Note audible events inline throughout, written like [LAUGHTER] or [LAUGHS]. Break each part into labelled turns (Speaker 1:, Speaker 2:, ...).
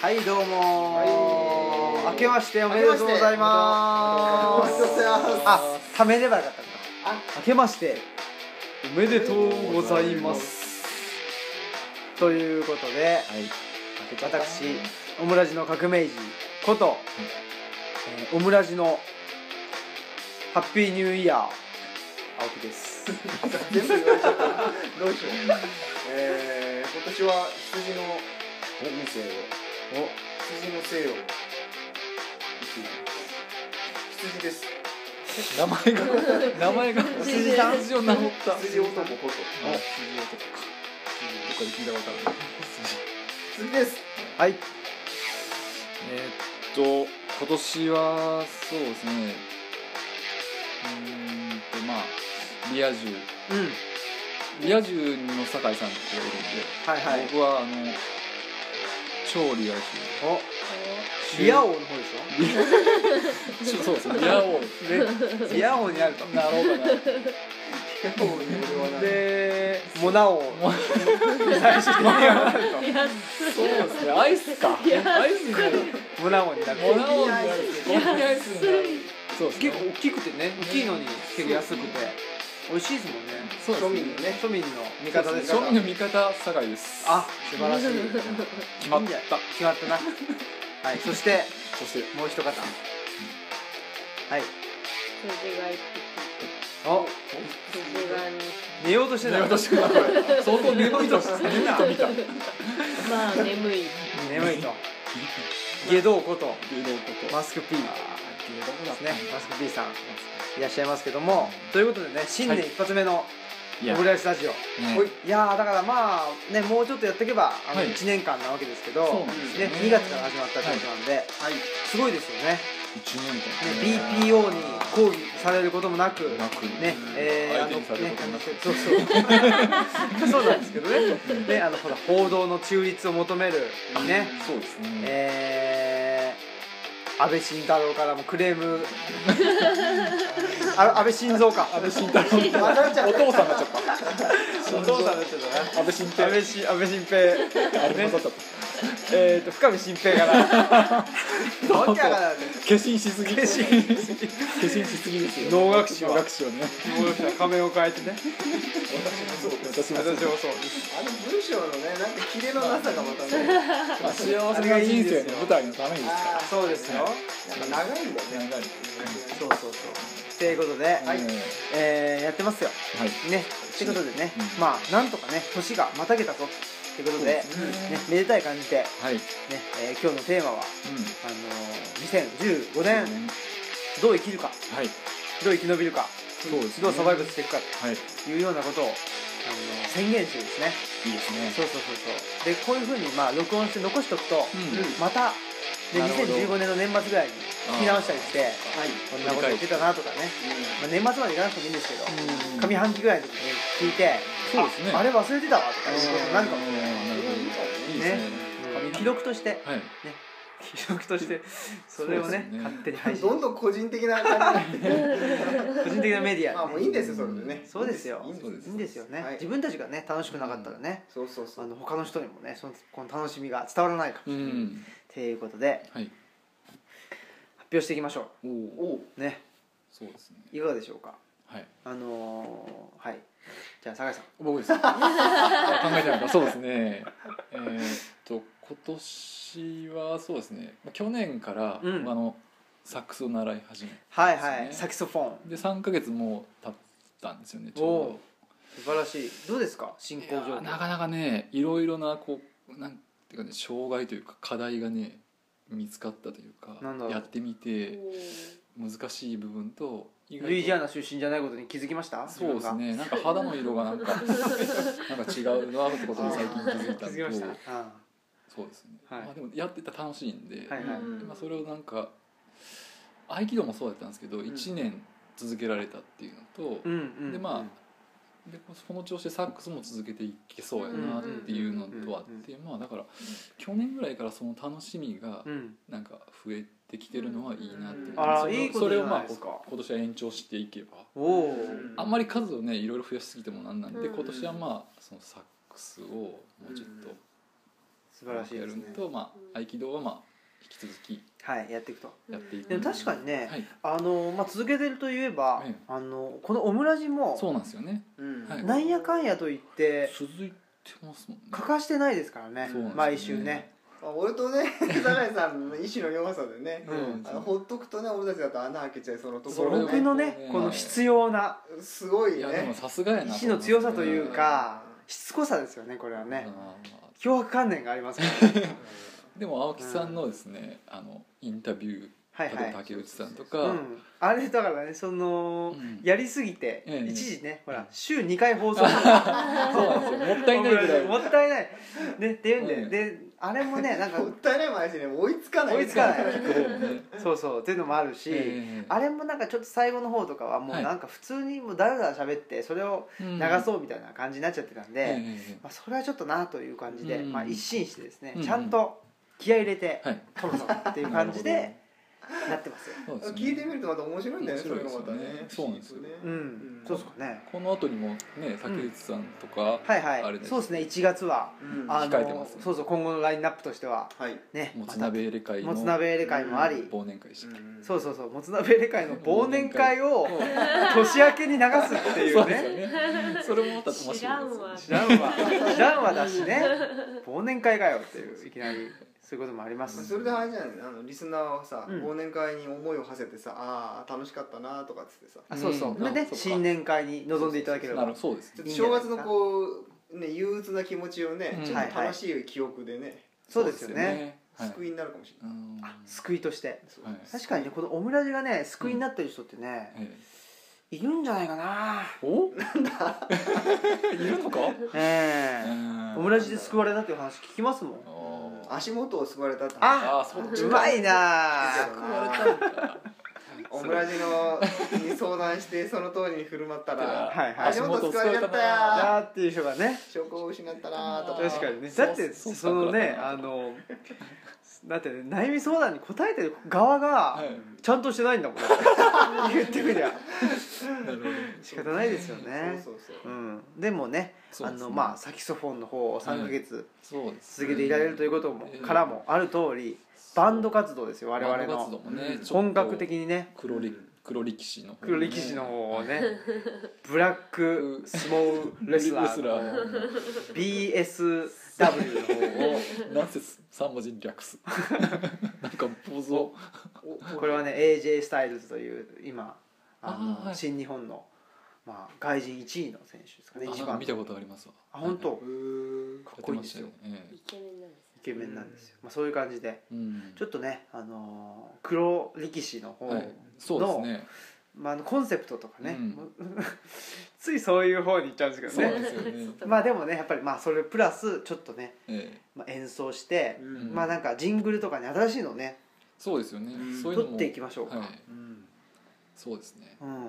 Speaker 1: はいどうもー、
Speaker 2: は
Speaker 1: 明
Speaker 2: い
Speaker 1: けましておめでとうございま
Speaker 2: あ
Speaker 1: す
Speaker 2: りがとうございます
Speaker 1: あためればよかったのか
Speaker 2: あ
Speaker 1: 明けましておめでとうございますということで、私オムラジの革命児こと、えーオムラジのハッピーニューイヤー青木です
Speaker 2: 全部言われちゃったどうしようえー、今年は羊の人生を羊の生を生きる羊です
Speaker 3: 名前が名前が
Speaker 1: 辻さん
Speaker 3: 辻を名乗った
Speaker 2: 羊男こと
Speaker 3: どっかで聞いたことある
Speaker 2: 羊です
Speaker 1: はい
Speaker 3: えーっと今年はそうですねうーんとまあリア充
Speaker 1: うん
Speaker 3: リア充の酒井さんって言われるんで、
Speaker 1: はいはい
Speaker 3: 僕はあの超リア
Speaker 1: [LAUGHS] お
Speaker 3: 充
Speaker 1: リア王の方
Speaker 3: リアちょそうですねリア王
Speaker 1: でしょ、ね、リア王になると
Speaker 3: なろうかな
Speaker 2: 結構俺はな
Speaker 1: でモナ王
Speaker 3: モ
Speaker 1: 最終的にはなると
Speaker 3: そうですねアイスか
Speaker 4: いや
Speaker 3: アイスになる
Speaker 1: モナ王になる
Speaker 3: モナ王になるコンビニアイスになるそうですね
Speaker 1: 結構大きくてね大きいのに結構安くて美味しいですもんね
Speaker 3: そうです
Speaker 2: 庶民のね
Speaker 1: 庶民の味方です
Speaker 3: 庶民の味方酒井です
Speaker 1: あ素晴らし [LAUGHS] い
Speaker 3: 決まっ
Speaker 1: いいんじゃない
Speaker 3: た
Speaker 1: 決まったなはいそして
Speaker 3: そして
Speaker 1: もう一方はい
Speaker 4: 筋が一
Speaker 1: お
Speaker 4: 匹筋が二
Speaker 1: 寝ようとしてた
Speaker 3: 寝落しくなこ
Speaker 1: [LAUGHS]
Speaker 3: れ相当眠いとし
Speaker 1: 寝
Speaker 3: 眠
Speaker 1: た
Speaker 3: いと見た
Speaker 4: 匹まあ眠い
Speaker 1: 眠いと下道こと
Speaker 3: 芸能こと
Speaker 1: マスク P ですねマスク P さんいらっしゃいますけどもということでね新年一発目の
Speaker 3: い
Speaker 1: オ
Speaker 3: や
Speaker 1: ブライスタジオ
Speaker 3: ね
Speaker 2: ほい
Speaker 1: いやーだからまあねもうちょっとやっていけばあの
Speaker 3: はい
Speaker 1: 1年間なわけですけど、
Speaker 3: そうなんです
Speaker 1: ね
Speaker 3: よ
Speaker 1: 2月から始まったってことなんで、
Speaker 2: はい
Speaker 1: すごいですよねね
Speaker 3: 一年間
Speaker 1: BPO に抗議されることもなく
Speaker 3: なく
Speaker 1: ねえー、
Speaker 3: 相手にされる
Speaker 1: ね
Speaker 3: こともなく
Speaker 1: あのそうそう [LAUGHS] そうなんですけどねねあのほら報道の中立を求めるね
Speaker 3: そうですね
Speaker 1: えー、安倍晋太郎からもクレー
Speaker 3: [LAUGHS]
Speaker 1: ムあ安倍晋三か安倍晋太郎
Speaker 3: お父さんになっちゃった
Speaker 1: お父さんの人だな
Speaker 3: 安倍晋
Speaker 1: 安
Speaker 3: 平
Speaker 1: 倍し安倍晋平
Speaker 3: あれ混ざっちゃっ
Speaker 1: えーと深見新平
Speaker 3: [LAUGHS]
Speaker 1: からどっちから
Speaker 3: た化身しすぎ化身しすぎしすぎですよ
Speaker 1: 能楽師は
Speaker 3: 能楽師はね
Speaker 1: 仮面を変えてね
Speaker 2: 私もそう
Speaker 3: 私も
Speaker 1: 私もそうです
Speaker 2: あの文章のねなんかキレのなさがまたね
Speaker 3: 幸せな人生の舞台のためにですか
Speaker 2: あー
Speaker 1: そうですよ
Speaker 2: なんか長いんだ
Speaker 3: ら
Speaker 2: ね
Speaker 3: 長い
Speaker 1: そうそうそうということで、
Speaker 3: はい
Speaker 1: えーやってますよ
Speaker 3: はい
Speaker 1: ねということでね、
Speaker 3: うん
Speaker 1: まあなんとかね年がまたげたぞということで
Speaker 3: そうです
Speaker 1: ね
Speaker 3: ね、
Speaker 1: めでたい感じで、ね
Speaker 3: はいうん
Speaker 1: えー今日のテーマはあのー、2015
Speaker 3: は
Speaker 1: 年どう生きるか
Speaker 3: い
Speaker 1: どう生き延びるか
Speaker 3: そうですね
Speaker 1: どうサバイブしていくか
Speaker 3: はいいい
Speaker 1: というようなことを、あのー宣言してですね
Speaker 3: ですね
Speaker 1: そうそうそうそうでこういうふうにまあ録音して残しとくと、
Speaker 3: うん
Speaker 1: またで
Speaker 3: なるほど
Speaker 1: 2015年の年末ぐらいに聞き直したりして
Speaker 2: はい
Speaker 1: こんなこと言ってたなとかね、まあ、年末までいかなくてもいいんですけど、
Speaker 3: うん
Speaker 1: 上半期ぐらいの時に聞いて
Speaker 3: そうですね
Speaker 1: ああれ忘れてたわとかいうことになるかもしれない、
Speaker 3: なるほどいいですね
Speaker 1: うん記録として
Speaker 3: はい
Speaker 1: 記録としてそれを
Speaker 3: そうで
Speaker 1: ね
Speaker 3: すよね
Speaker 1: 勝手に配信
Speaker 2: どんどん個人的な感じになって
Speaker 1: 個人的なメディア、
Speaker 2: まあもういいんですよそれでね
Speaker 1: そうですよ
Speaker 2: いいんです
Speaker 1: いいんですよね、
Speaker 2: はい
Speaker 1: 自分たちがね楽しくなかったらね、
Speaker 2: そうそうそ
Speaker 1: あ
Speaker 2: う
Speaker 1: の他の人にもねそのこの楽しみが伝わらないか
Speaker 3: う
Speaker 1: ら、
Speaker 3: ん
Speaker 1: っていうことで
Speaker 3: はい
Speaker 1: 発表していきましょ
Speaker 3: お
Speaker 2: お
Speaker 3: お
Speaker 2: う
Speaker 1: うね
Speaker 3: そうですね
Speaker 1: いかがでしょうか
Speaker 3: はい
Speaker 1: あのー、はいじゃあ酒井さん
Speaker 3: 僕
Speaker 1: [LAUGHS]
Speaker 3: です考えてなかったそうですねえーっと今年はそうですね去年から、
Speaker 1: うん
Speaker 3: あのサックスを習い始め
Speaker 1: はいはい、
Speaker 3: そうですね
Speaker 1: サキソフォン
Speaker 3: で3か月もう経ったんですよねち
Speaker 1: お
Speaker 3: ょ
Speaker 1: う素晴らしいどうですか進
Speaker 3: う
Speaker 1: 行
Speaker 3: どいや
Speaker 1: 状況
Speaker 3: ーなかなかねいろいろなこうなんていうかね障害というか課題がね見つかったというか
Speaker 1: なんだろう
Speaker 3: やってみて難しい部分と意
Speaker 1: ルイジア
Speaker 3: ナ
Speaker 1: ナ出身じゃないことに気づきました
Speaker 3: そうですねなんか肌の色がなんかなんか違うなってことに最近気づいた
Speaker 1: 自分が気づき
Speaker 3: ん
Speaker 1: ました
Speaker 3: で
Speaker 1: あ
Speaker 3: そうですね、
Speaker 1: はい
Speaker 3: まあ、でもやってたら楽しいんで、
Speaker 1: はいはい
Speaker 3: でまあ、それをなんか合気道もそうだったんですけど1年続けられたっていうのと、
Speaker 1: うんうん
Speaker 3: でまあでこの調子でサックスも続けていけそうやなっていうのとあって、まあだから去年ぐらいからその楽しみが
Speaker 1: うん
Speaker 3: なんか増えてきてるのはいいなっていう、
Speaker 2: うん
Speaker 1: あ
Speaker 3: そ
Speaker 1: ら
Speaker 3: れを
Speaker 1: いいこと
Speaker 3: そ
Speaker 1: じ
Speaker 3: れ
Speaker 1: ゃ
Speaker 3: をま
Speaker 1: な
Speaker 3: あ
Speaker 1: いですか
Speaker 3: 今年は延長していけば
Speaker 1: おお
Speaker 3: あんまり数をねいろいろ増やしすぎてもなんなんで
Speaker 4: うん
Speaker 3: 今年はまあそのサックスをもうちょっと
Speaker 1: 素晴らしいですね
Speaker 3: やるのと、まあ、合気道はまあ引き続き
Speaker 1: はいやっていくと
Speaker 3: やっていく
Speaker 1: でも確かにね、
Speaker 3: はい、
Speaker 1: あのまあ、続けてるといえば、
Speaker 3: ええ
Speaker 1: あのこのオムラジも
Speaker 3: そうなんですよね
Speaker 1: うん
Speaker 3: はい
Speaker 1: なんやかんやといって
Speaker 3: 続いてますもんね
Speaker 1: 欠かしてないですからね
Speaker 3: そうなんですよね
Speaker 1: 毎週ね
Speaker 2: まあ俺とね酒井さんの意志の弱さでね
Speaker 1: うん
Speaker 2: あのほっとくとね俺たちだと穴開けちゃいそうなとこ
Speaker 3: それ
Speaker 2: ろ
Speaker 3: を
Speaker 1: 僕
Speaker 2: ね
Speaker 1: のね
Speaker 3: うん
Speaker 1: この必要な
Speaker 2: すごい
Speaker 3: いやでも
Speaker 2: ね
Speaker 3: さすがや
Speaker 1: 意
Speaker 3: な
Speaker 1: 志の強さというか
Speaker 2: うん
Speaker 1: しつこさですよねこれは
Speaker 3: あ
Speaker 1: ね
Speaker 3: ー
Speaker 1: 脅迫観念がありますから
Speaker 3: [LAUGHS]
Speaker 1: ね
Speaker 3: でも青木さんのですね、あのインタビュー
Speaker 1: はい
Speaker 3: 例
Speaker 1: は
Speaker 3: えば
Speaker 1: い、
Speaker 3: 竹内さんと
Speaker 1: う
Speaker 3: か、
Speaker 1: ん、あれだからねその、
Speaker 3: うん
Speaker 1: やりすぎて、
Speaker 3: ええ
Speaker 1: 一時ねほ
Speaker 3: う
Speaker 1: ら
Speaker 3: ん
Speaker 1: 週2回
Speaker 3: [LAUGHS]
Speaker 1: 放送も
Speaker 3: そうなんですよもったいないぐらい
Speaker 1: もったいないねっていうんで、
Speaker 3: うん
Speaker 1: であれも
Speaker 3: [LAUGHS]
Speaker 1: ねなんか
Speaker 2: もったいないもあるしね追いつかない
Speaker 1: 追いつかない
Speaker 3: 結構ね
Speaker 1: そうそうっていうのもあるし、
Speaker 3: ええ
Speaker 1: [LAUGHS] あれもなんかちょっと最後の方とかはもう
Speaker 3: はい
Speaker 1: なんか普通にもうダラダラ喋ってそれを
Speaker 3: うん
Speaker 1: 流そうみたいな感じになっちゃってたんで、
Speaker 3: ええ
Speaker 1: まあ、それはちょっとなという感じで、
Speaker 3: うん
Speaker 1: まあ、一新してですね、
Speaker 3: うん
Speaker 1: ちゃんと気合い入れて
Speaker 3: はい
Speaker 1: 撮るぞっていう感じでなってますよ。
Speaker 3: そうですよね
Speaker 2: 聞いてみるとまた面白いんだよねそういう
Speaker 3: 面
Speaker 2: の
Speaker 3: 白
Speaker 2: ま
Speaker 3: い
Speaker 2: たね
Speaker 3: ですよねそうなんですよ
Speaker 2: ね
Speaker 1: うん、
Speaker 2: ん
Speaker 1: そうですかね
Speaker 3: この後にもね竹内さんとか、
Speaker 1: はいはい
Speaker 3: あれです
Speaker 1: そうですね1月は、
Speaker 2: うん
Speaker 1: あの
Speaker 3: 控えてますね
Speaker 1: そうそう今後のラインナップとしては
Speaker 2: はい
Speaker 1: ね
Speaker 3: もつ鍋入れ替え
Speaker 1: ま
Speaker 3: の
Speaker 1: たもつ鍋入れ会もあり、
Speaker 3: 忘年会でしたっけ
Speaker 2: うん
Speaker 1: そうそうそうもつ鍋入れ会の忘年会を年明けに流すってい
Speaker 3: そううですよ
Speaker 1: ね
Speaker 3: ねそれもまた面白いです
Speaker 4: 知らんわ
Speaker 1: 知らんわ知らんわだし
Speaker 3: [LAUGHS]
Speaker 1: ね忘年会かよっていういきなりそういうこともありま
Speaker 2: まあ
Speaker 1: す
Speaker 2: それであれじゃないあのリスナーはさ、
Speaker 1: うん
Speaker 2: 忘年会に思いを馳せてさああ楽しかったなとかっつってさ
Speaker 1: あそうそう、
Speaker 3: うん
Speaker 1: で
Speaker 3: あ
Speaker 1: ね
Speaker 3: そうか
Speaker 1: 新年会に臨んでいただければ
Speaker 3: なるほどそうです
Speaker 2: ちょ
Speaker 3: ね
Speaker 2: っと正月のこうね憂鬱な気持ちをね、
Speaker 3: うん
Speaker 2: ちょっと楽しい記憶でね、
Speaker 1: そうですよね
Speaker 3: はい
Speaker 2: 救いになるかもしれない、
Speaker 3: うん
Speaker 1: あ救いとして
Speaker 2: そう
Speaker 3: はい
Speaker 1: 確かにねこのオムラジがね救いになってる人ってね、
Speaker 3: え
Speaker 1: いるんじゃないかな
Speaker 3: えおなんだ [LAUGHS] いるのか
Speaker 1: ええオム
Speaker 3: 村
Speaker 1: ラジで救われたっていう話聞きますもん
Speaker 2: 足元を救われたって [LAUGHS]
Speaker 1: あ
Speaker 3: あーそう
Speaker 1: うまいな
Speaker 2: 救われたオムラジのに相談してその通りに振る舞ったら
Speaker 1: はいはい
Speaker 2: 足元救われちゃった
Speaker 1: あ
Speaker 2: や
Speaker 1: ーっていう人がね
Speaker 2: 証拠を失ったなとか
Speaker 1: 確かにね
Speaker 3: そう
Speaker 1: だって
Speaker 3: そう
Speaker 1: そのね
Speaker 3: そう
Speaker 1: あのだってね悩み相談に答えてる側が
Speaker 3: はい
Speaker 1: ちゃんとしてないんだも
Speaker 3: [LAUGHS]
Speaker 1: ん言ってみりゃ
Speaker 3: なるほど
Speaker 1: 仕方ないですよね
Speaker 2: そうそう
Speaker 1: う
Speaker 2: そうん
Speaker 1: でもね
Speaker 3: そう
Speaker 1: あ
Speaker 3: ですね
Speaker 1: のまあサキソフォンの方を3ヶ月
Speaker 3: そうですね
Speaker 1: 続けていられるということも
Speaker 3: ええ
Speaker 1: からもある通りバンド活動ですよ我々
Speaker 3: バンド活動
Speaker 1: の
Speaker 3: もねちょっと
Speaker 1: 本格的にね
Speaker 3: 黒り黒力士の方ね
Speaker 1: 黒歴史の方をねブラックスモールレスラーの方 BSW の方を
Speaker 3: なんせ三文字に
Speaker 1: [LAUGHS]
Speaker 3: 略すなんかポーズを
Speaker 1: これはね AJ スタイルズという今あの
Speaker 3: あーはい
Speaker 1: 新日本の、まあ、外人1位の選手ですかね
Speaker 3: あ
Speaker 1: 一
Speaker 3: なん
Speaker 1: 番
Speaker 3: か見たことありますわ
Speaker 1: あ本当、
Speaker 3: はい
Speaker 2: うん
Speaker 1: かっ
Speaker 3: やって
Speaker 1: こいいん
Speaker 3: ま
Speaker 1: です
Speaker 3: した
Speaker 1: よ
Speaker 3: よええ
Speaker 4: イケメンなんです
Speaker 1: イケメンなんですよ、まあ、そういう感じで
Speaker 3: うん
Speaker 1: ちょっとね、あのー黒力士の方、
Speaker 3: はいそうですね
Speaker 1: まあ、あのコンセプトとかね、
Speaker 3: うん
Speaker 1: もう [LAUGHS] ついそういう方に行っちゃうんですけ
Speaker 3: そう
Speaker 1: ど
Speaker 3: なん
Speaker 1: ね
Speaker 3: ですよね
Speaker 1: まあでもねやっぱりまあそれプラスちょっとね、
Speaker 3: ええ
Speaker 1: まあ、演奏して、
Speaker 2: うん
Speaker 1: まあなんかジングルとかに新しいのをね
Speaker 3: そうですよね
Speaker 2: うん
Speaker 3: そういうの
Speaker 1: 撮
Speaker 3: も
Speaker 1: っていきましょうか、
Speaker 3: はい
Speaker 2: うん
Speaker 3: そうですね
Speaker 1: うん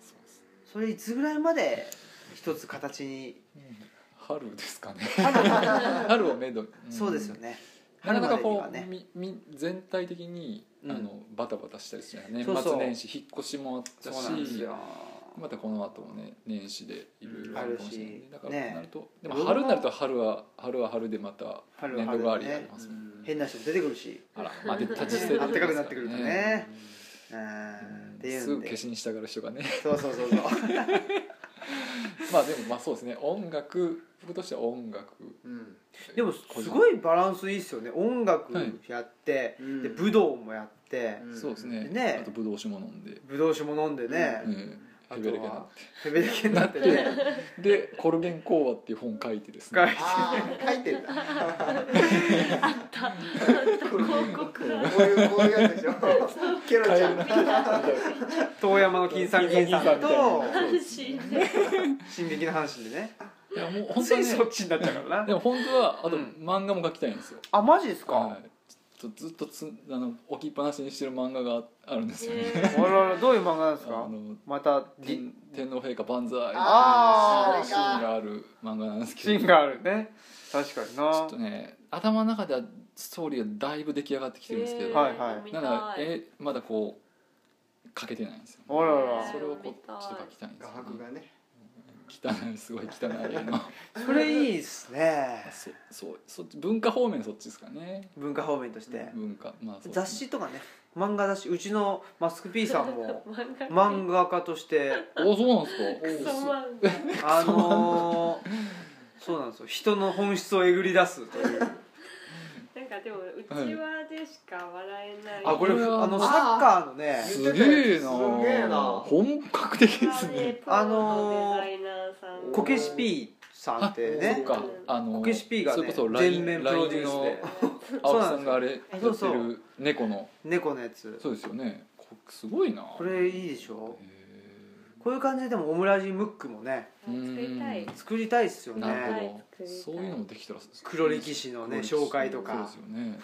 Speaker 3: そうですね
Speaker 1: それいつぐらいまで一つ形に
Speaker 3: 春ですかね
Speaker 1: [LAUGHS]
Speaker 3: 春をめどにん
Speaker 1: そうですよね。
Speaker 3: なかなか
Speaker 1: 春
Speaker 3: こ
Speaker 1: までには
Speaker 3: うみみ全体的に
Speaker 1: うん
Speaker 3: あのバタバタしたりしない年
Speaker 1: そうそう
Speaker 3: 末年始引っ越しもあった
Speaker 1: そうなんです
Speaker 3: し
Speaker 1: よ。
Speaker 3: またこの後もね年始でいろいろあるかもしれないん
Speaker 1: あるし
Speaker 3: でだから
Speaker 1: ね
Speaker 3: なるとでも春になると春は春は春でまた
Speaker 1: 春は
Speaker 3: 年
Speaker 1: 春でね
Speaker 3: 度変わりがありますもん
Speaker 1: 変な人も出てくるし、
Speaker 3: あらまあで立ち捨て
Speaker 1: あったかくなってくるとね。う
Speaker 3: うん
Speaker 1: んってい
Speaker 3: す
Speaker 1: うん
Speaker 3: ぐ消
Speaker 1: で。
Speaker 3: しにしたがる人がね [LAUGHS]
Speaker 1: そうそうそうそう。
Speaker 3: まあでもまあそうですね音楽僕としては音楽
Speaker 2: うん
Speaker 1: でもすごいバランスいいですよね。音楽やって、
Speaker 2: はい
Speaker 1: で武道もやって、
Speaker 2: うん
Speaker 3: そうですね
Speaker 1: ね
Speaker 3: あとブドウ酒も飲んで
Speaker 1: 武道酒も飲んでね
Speaker 2: う、ん
Speaker 3: ええ
Speaker 1: あ
Speaker 3: ヘベレ
Speaker 1: と
Speaker 3: ケにな
Speaker 1: は
Speaker 3: っ
Speaker 1: ヘベレケになってね。 [LAUGHS]
Speaker 3: てで「コルゲン講話」っていう本書いてですね
Speaker 1: 書い
Speaker 2: ああ書いてんだ
Speaker 4: よ広告が
Speaker 2: こういうこういうやつでしょケロちゃん
Speaker 3: カエル
Speaker 1: 遠山の金さん金さんと
Speaker 4: 安心で
Speaker 1: 進撃の阪神でね。
Speaker 3: いやもう本
Speaker 1: つ
Speaker 3: 当はいね
Speaker 1: そっちになっちゃうから
Speaker 3: で
Speaker 1: な。
Speaker 3: も本当はあと
Speaker 1: うん
Speaker 3: 漫画も書きたいんですよ、
Speaker 1: あマジです
Speaker 3: は
Speaker 1: か。
Speaker 3: いちょっとずっとつあの置きっぱなしにしてる漫画があるんですよ [LAUGHS] ね、
Speaker 1: あららどういう漫画なんです
Speaker 3: あ
Speaker 1: か。
Speaker 3: の
Speaker 1: また
Speaker 3: 天天皇陛下万歳
Speaker 2: あ
Speaker 1: ー
Speaker 3: シーンがある漫画なんですけど
Speaker 1: 芯があるね確かに
Speaker 3: ちょ
Speaker 1: な
Speaker 3: っとね頭の中ではストーリーがだいぶ出来上がってきてるんですけど、
Speaker 1: えはいはい
Speaker 3: ならえまだこう書けてないんですよ、
Speaker 1: あらら
Speaker 3: それをこうちょっと書きたいんですよ、
Speaker 2: 画伯がね
Speaker 3: 汚いすごい汚い
Speaker 1: [LAUGHS]
Speaker 3: 絵の
Speaker 1: それいいですね
Speaker 3: そそうそっち文化方面そっちですかね
Speaker 1: 文化方面として
Speaker 3: 文化まあそう
Speaker 1: 雑誌とかね漫画雑誌うちのマスク P さん [LAUGHS] も
Speaker 4: 漫画
Speaker 1: 漫画家として
Speaker 3: あそうなんです
Speaker 4: ク
Speaker 3: か
Speaker 4: ソ
Speaker 3: お
Speaker 4: 漫画
Speaker 1: あのー [LAUGHS] そうなんですよ人の本質をえぐり出すという
Speaker 4: なんかでもうちわでしか笑えない、
Speaker 1: あこれ
Speaker 3: これは
Speaker 1: あのサッカーのね
Speaker 2: あー
Speaker 3: すげえな
Speaker 2: すげえな
Speaker 3: 本格的で
Speaker 4: ですす
Speaker 3: ね
Speaker 4: ね
Speaker 1: あ
Speaker 4: あ
Speaker 1: のー
Speaker 4: のデザイナーさん
Speaker 1: こけし P さんって
Speaker 3: そっ
Speaker 1: ね
Speaker 3: かあの
Speaker 1: こけし P がね
Speaker 3: それこそ LINE
Speaker 1: 全面プロデュースで
Speaker 3: LINE の
Speaker 1: そう
Speaker 3: 青木
Speaker 1: な
Speaker 3: さ
Speaker 1: んですよ
Speaker 3: んがあれやって
Speaker 1: そうそう
Speaker 3: る猫の
Speaker 1: 猫のやつ
Speaker 3: そうですよねこすごいな
Speaker 1: これいいでしょ
Speaker 3: へ
Speaker 1: こういう感じででもオムラジムックもね
Speaker 4: 作りたい
Speaker 1: 作りたいっすよ
Speaker 3: ーな
Speaker 1: ね
Speaker 3: るほどそういうのもできたら
Speaker 1: 黒歴史のね
Speaker 3: 黒歴史
Speaker 1: 紹介とか
Speaker 3: そうですよね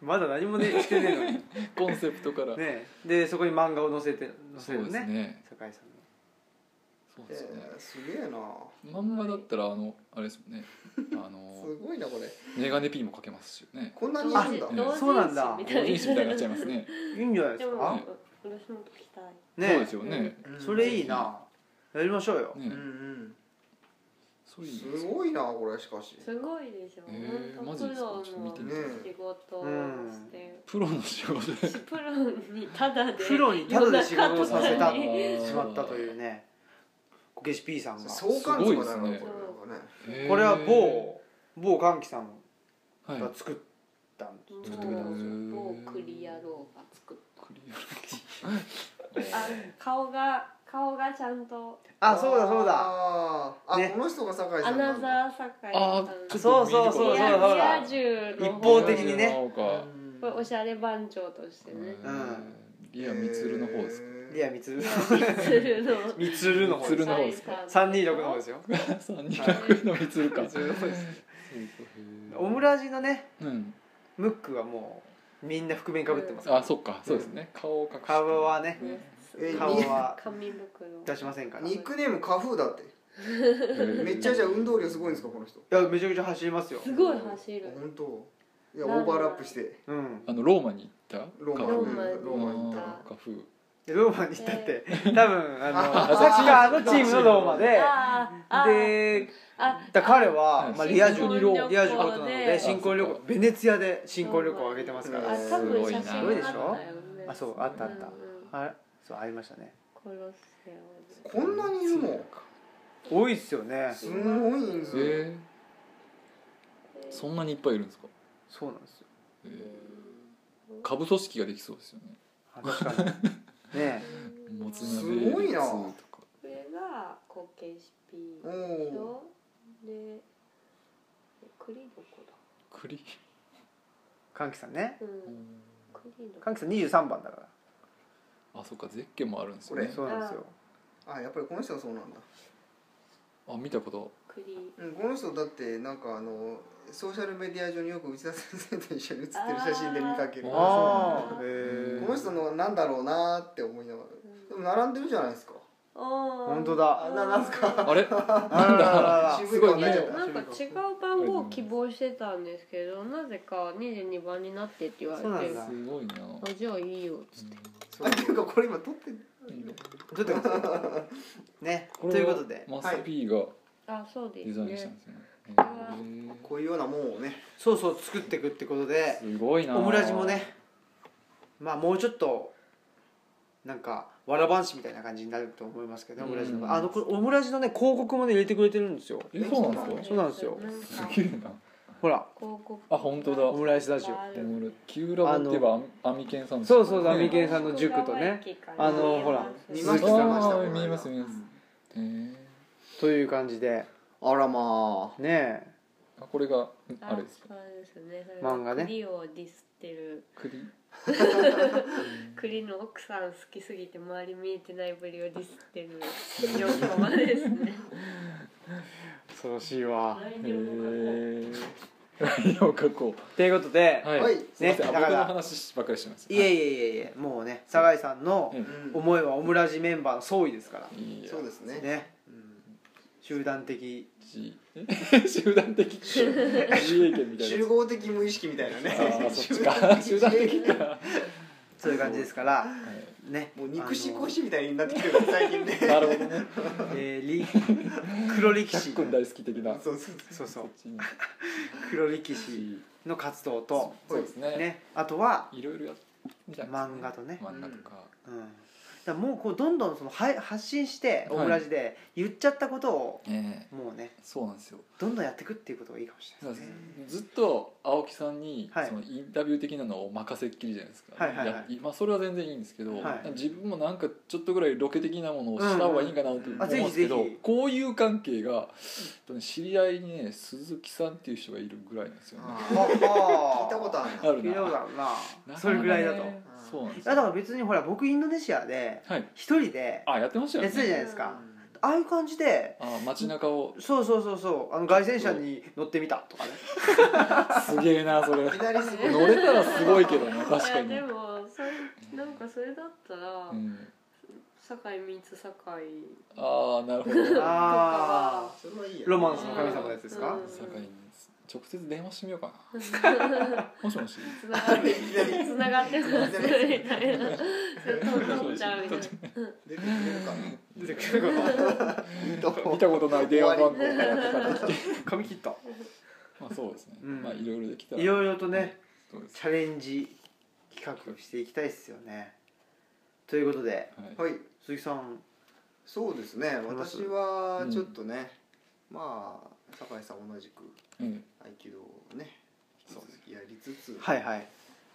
Speaker 3: [LAUGHS]
Speaker 1: まだ何もねしてねえのに
Speaker 3: コンセプトか
Speaker 1: [LAUGHS]
Speaker 3: ら
Speaker 1: ねでそこに漫画を載せて載せ
Speaker 3: そうで
Speaker 1: る
Speaker 3: す
Speaker 1: ね
Speaker 3: ね
Speaker 1: 酒井さんの
Speaker 3: そうですね
Speaker 2: えーすげえな
Speaker 3: まんまだったらあのあれですもんねあの
Speaker 2: すごいなこれ
Speaker 3: メガネ P もかけますしね
Speaker 2: こんなにいるんだ
Speaker 3: あ
Speaker 4: 同人誌
Speaker 1: そうなんだ
Speaker 4: み
Speaker 3: 同
Speaker 4: たい
Speaker 3: 人誌みたいになっちゃいますね
Speaker 1: いいんじゃないで
Speaker 4: ですも
Speaker 1: か
Speaker 3: ね
Speaker 4: 私も聞きたい
Speaker 3: そう
Speaker 1: ね
Speaker 3: ですよね
Speaker 2: うん
Speaker 1: それいいなやりましょうよ
Speaker 2: う
Speaker 3: ね
Speaker 2: んうん
Speaker 3: そういいです
Speaker 2: すごいなこれしかし
Speaker 4: すごいでしょ、
Speaker 3: えー
Speaker 4: 本当
Speaker 3: マジですかちょっと見て
Speaker 4: プ
Speaker 2: み
Speaker 4: ロ
Speaker 2: たい
Speaker 4: の仕事をして、
Speaker 3: プロの仕事で
Speaker 4: プロにただで
Speaker 1: プロにタダで仕事をさせた
Speaker 4: 夜中とかに
Speaker 1: しまったというねこけし P さんが
Speaker 2: 相関図もだ
Speaker 3: す
Speaker 2: なこ
Speaker 3: ごい
Speaker 2: れ
Speaker 3: です
Speaker 4: ね
Speaker 2: なんかね
Speaker 3: へー
Speaker 1: これは某某歓喜さん
Speaker 3: はい
Speaker 1: が作ったんです
Speaker 3: 作ってくれたんですよ
Speaker 4: もうクリアローが作っ
Speaker 3: クリア
Speaker 4: た [LAUGHS] あ顔が顔がちゃんと
Speaker 1: あそうだそうだ
Speaker 2: あーあ、
Speaker 1: ね
Speaker 2: この人が酒井
Speaker 4: ア
Speaker 2: さんな
Speaker 4: ナ
Speaker 2: んだ
Speaker 4: ザー堺
Speaker 3: あ
Speaker 4: さ
Speaker 3: ー
Speaker 4: ん
Speaker 1: そうそうそうそう
Speaker 4: リア
Speaker 1: そう
Speaker 4: リ
Speaker 1: だ
Speaker 4: ア充の
Speaker 1: 一
Speaker 4: 方
Speaker 1: 方的にね
Speaker 3: なんか
Speaker 4: これおしゃれ番長としてね
Speaker 1: ん
Speaker 3: リアミツルの方です
Speaker 1: リアミツル
Speaker 4: [LAUGHS] するの
Speaker 1: ミツルの方
Speaker 3: ミ
Speaker 1: で
Speaker 3: ツル
Speaker 1: す
Speaker 3: の方ですか
Speaker 1: 326の方ですよ
Speaker 3: 三人楽のミツルか
Speaker 1: ミツルの方ですオ
Speaker 3: オ
Speaker 1: ム
Speaker 3: ム
Speaker 1: ラジのね
Speaker 3: うん
Speaker 1: ムックはもうみんな覆面かぶってますから
Speaker 3: あそっかそうですね顔を隠して
Speaker 1: 顔はね
Speaker 3: ね
Speaker 2: え
Speaker 1: 顔は
Speaker 4: 紙袋
Speaker 1: 出しませんからい
Speaker 2: ニックネームカフーだって
Speaker 3: へー
Speaker 2: めっちゃじゃあ運動量すごいんですかこの人
Speaker 1: やめちゃくちゃ走りますよ
Speaker 4: すごい走る
Speaker 2: 本当いやオーバーラップして
Speaker 1: うん
Speaker 3: あのローマに行った
Speaker 2: ローマ
Speaker 3: カフ
Speaker 4: ローマ
Speaker 2: ローマ行った
Speaker 3: あーカフー
Speaker 1: でローマに行ったって多分あの
Speaker 2: あ
Speaker 1: サッカーのチームのローマで
Speaker 4: あーあー
Speaker 1: で
Speaker 4: あ
Speaker 1: だから彼は
Speaker 3: うん
Speaker 1: まあリア充
Speaker 3: 新婚
Speaker 1: リ
Speaker 3: 旅
Speaker 4: 行で
Speaker 1: ア充ことなので新婚旅
Speaker 3: あそ
Speaker 1: 行
Speaker 3: っ
Speaker 1: ベネツィアで新婚旅行を挙げてますか
Speaker 4: あ
Speaker 1: ら
Speaker 2: うん
Speaker 4: 多分写真
Speaker 3: す
Speaker 1: ごいな
Speaker 4: あったよね
Speaker 1: あそうあったあった
Speaker 4: う
Speaker 1: あ
Speaker 4: んうん
Speaker 1: れそうありましたね
Speaker 4: コロッセオ
Speaker 2: こんなにいるの
Speaker 1: 多いっすよね
Speaker 2: すごい人数、
Speaker 3: えーそんなにいっぱいいるんですか
Speaker 1: そうなんですよ
Speaker 3: えー下部組織ができそうですよね
Speaker 1: あ確かにねえ
Speaker 3: もつ
Speaker 2: す
Speaker 3: 鍋
Speaker 2: ごいな
Speaker 3: ルーツとか
Speaker 4: これがこけしピ
Speaker 2: お
Speaker 4: ー
Speaker 2: お
Speaker 4: とで栗どこだ
Speaker 3: 栗
Speaker 1: 歓喜さんね
Speaker 4: うん栗どこ
Speaker 1: 歓喜さん23番だか
Speaker 3: あそっかゼッケンもあるんですよ
Speaker 1: ら
Speaker 3: ね
Speaker 1: そうなんですよ
Speaker 2: あやっぱりこの人はそうなんだ、
Speaker 3: あ見たこと
Speaker 4: 栗
Speaker 2: うん、この人だってなんかあのソーシャルメディア上によく内田先生と一緒に写ってる写真で見かける
Speaker 3: あ
Speaker 2: こ
Speaker 1: ああ
Speaker 4: そう
Speaker 1: へ
Speaker 3: ー
Speaker 2: の人
Speaker 1: え
Speaker 2: のなんだろうなーって思いながらでも並んでるじゃないですか
Speaker 1: 本
Speaker 4: 本
Speaker 1: 当だ
Speaker 2: あななんすか [LAUGHS]
Speaker 3: あれ
Speaker 1: あらららら
Speaker 2: 渋い考えちゃっ
Speaker 3: す
Speaker 2: た
Speaker 4: なんか違う番号を希望してたんですけどなぜか22番になってって言われて
Speaker 1: そうなんだ
Speaker 3: すごいな
Speaker 4: あじゃあいいよっつって
Speaker 2: あっていうかこれ今撮ってん
Speaker 3: うん
Speaker 1: ちょっと待って [LAUGHS] ねということで
Speaker 3: マスピーが
Speaker 4: あそうで
Speaker 3: デ
Speaker 4: す
Speaker 3: ザインしたん
Speaker 4: ね
Speaker 3: ですよね
Speaker 4: は
Speaker 2: こういうようなもんをね
Speaker 1: そうそう作っていくってこと
Speaker 3: へ
Speaker 1: で
Speaker 3: ーすごいな
Speaker 1: オムラジもねまあもうちょっとなんかわらばんしみたいな感じになると思いますけど、
Speaker 3: う
Speaker 1: オ
Speaker 3: ん
Speaker 1: ムラジのあのこれオムラジのね広告もね入れてくれてるんですよ
Speaker 3: えそうなんですか
Speaker 1: そうなんですよ
Speaker 4: なんか
Speaker 3: すげえな
Speaker 1: ほら
Speaker 4: 広告
Speaker 3: あ本当だ
Speaker 1: オムライスラジオ
Speaker 3: オムラキューラボって言えばアミアミケンさんです
Speaker 1: そうそうそう
Speaker 3: ね
Speaker 1: アミケンさんの塾とねあのほら
Speaker 2: 見
Speaker 1: 見
Speaker 2: ま
Speaker 1: ま
Speaker 2: し
Speaker 1: したた
Speaker 3: あ
Speaker 1: 見ました
Speaker 2: 見まし
Speaker 3: ー見えます見えますへー
Speaker 1: という感じで
Speaker 2: あらまあ
Speaker 1: ね
Speaker 3: あこれがあ
Speaker 4: あ
Speaker 3: れ
Speaker 4: れ
Speaker 3: ですか
Speaker 4: ですね
Speaker 1: 漫画ね
Speaker 4: 栗をディスってる
Speaker 3: 栗
Speaker 4: 栗の奥さん好きすぎて周り見えてないぶりをディスってる [LAUGHS] 情報までですね
Speaker 1: え恐ろしいわ
Speaker 4: 内
Speaker 3: へ
Speaker 4: 容も
Speaker 3: ー [LAUGHS] ライオンかこう
Speaker 1: ということで、
Speaker 3: は
Speaker 2: はい
Speaker 3: いすいませんあ
Speaker 1: ねだから
Speaker 3: 僕の話ばっかりしてます
Speaker 1: い、えいえいえいえもうね酒井さんの
Speaker 3: うん
Speaker 2: うん
Speaker 1: 思いはオムラジメンバーの総意ですから
Speaker 3: いや
Speaker 2: そうですね
Speaker 1: ね、うん、集団的
Speaker 3: じ [LAUGHS] 集団的自衛権みたいな
Speaker 2: 集合的無意識みたい
Speaker 1: [LAUGHS]
Speaker 2: な
Speaker 3: あ
Speaker 2: ね
Speaker 3: ーそっちか集団的か
Speaker 1: そういう感じですから
Speaker 3: い
Speaker 1: ね
Speaker 2: もう肉し
Speaker 1: こ
Speaker 2: こしみたいになってきてるから最近ね
Speaker 3: なるほどね
Speaker 1: えー、 [LAUGHS] り黒力士
Speaker 3: 100君大好き的な
Speaker 2: [LAUGHS] そうそう
Speaker 1: そうそう
Speaker 3: こっちに
Speaker 1: 黒力士の活動と
Speaker 3: そうですね
Speaker 1: ねあとはい
Speaker 3: ろいろやみたいな
Speaker 1: 漫画とね、
Speaker 3: 漫画とか、
Speaker 1: うん、だからもうこうどんどんそのは発信してオムラジで言っちゃったことを
Speaker 3: ええ
Speaker 1: もうね
Speaker 3: そうなんですよ
Speaker 1: どんどんやっていくっていうことがいいかもしれ
Speaker 3: そう
Speaker 1: ない
Speaker 3: で
Speaker 1: ですすね
Speaker 3: ずっと青木さんに、
Speaker 1: はい
Speaker 3: そのインタビュー的なのを任せっきりじゃないですか、
Speaker 1: はいはいはい
Speaker 3: やまあ、それは全然いいんですけど、
Speaker 1: はい
Speaker 3: 自分もなんかちょっとぐらいロケ的なものをした方がいいかなと思うんです
Speaker 1: う
Speaker 3: けど、
Speaker 1: んうんあぜひぜひ
Speaker 3: こういう関係が、えっとね、知り合いにね鈴木さんっていう人がいるぐらいなんですよね。
Speaker 2: あ
Speaker 1: は
Speaker 2: ー聞
Speaker 1: はい
Speaker 2: たことあるな
Speaker 3: ある
Speaker 1: 聞いたことあるなそれぐらいだとい
Speaker 3: ねそうなんです
Speaker 1: やだ
Speaker 3: よ
Speaker 1: から別にほら僕インドネシアで
Speaker 3: はい
Speaker 1: 一人で
Speaker 3: あやってましたよ
Speaker 1: やってたじゃ
Speaker 3: ね
Speaker 1: ないですか
Speaker 2: うん
Speaker 1: ああいう感じで
Speaker 3: あ街中を
Speaker 1: そうそうそうそうあの外旋車に乗ってみたとかね
Speaker 3: すげえなそれ
Speaker 2: 左すごい
Speaker 3: [LAUGHS] 乗れたらすごいけどね確か
Speaker 4: い
Speaker 3: に
Speaker 4: や、でもそれなんかそれだったら、
Speaker 3: うん、
Speaker 4: 酒井光酒井
Speaker 3: ああなるほど
Speaker 1: ああ
Speaker 2: それはいいや
Speaker 1: ロマンスの神様の
Speaker 2: [LAUGHS]
Speaker 1: やつですか
Speaker 4: うん
Speaker 3: 酒井に直接電話してみようかなもしもし
Speaker 4: つながってつながってます
Speaker 3: [LAUGHS]
Speaker 4: みたいな通っちゃうみたいな
Speaker 2: 出てくれるかな
Speaker 1: 出てくるかな
Speaker 3: 見たことない電話番号からかかってきて
Speaker 1: 髪切った
Speaker 3: まあそうですね、
Speaker 1: うん
Speaker 3: まあいろいろできたら
Speaker 1: いろいろとね
Speaker 3: そうです
Speaker 1: チャレンジ企画していきたいですよねということで
Speaker 3: はい、
Speaker 2: はい
Speaker 1: 鈴木さん
Speaker 2: そうですね
Speaker 1: ります
Speaker 2: 私はちょっとね、まあ酒井さん同じく
Speaker 3: うん
Speaker 2: 合気道をね引き続きやりつつ、
Speaker 1: はいはい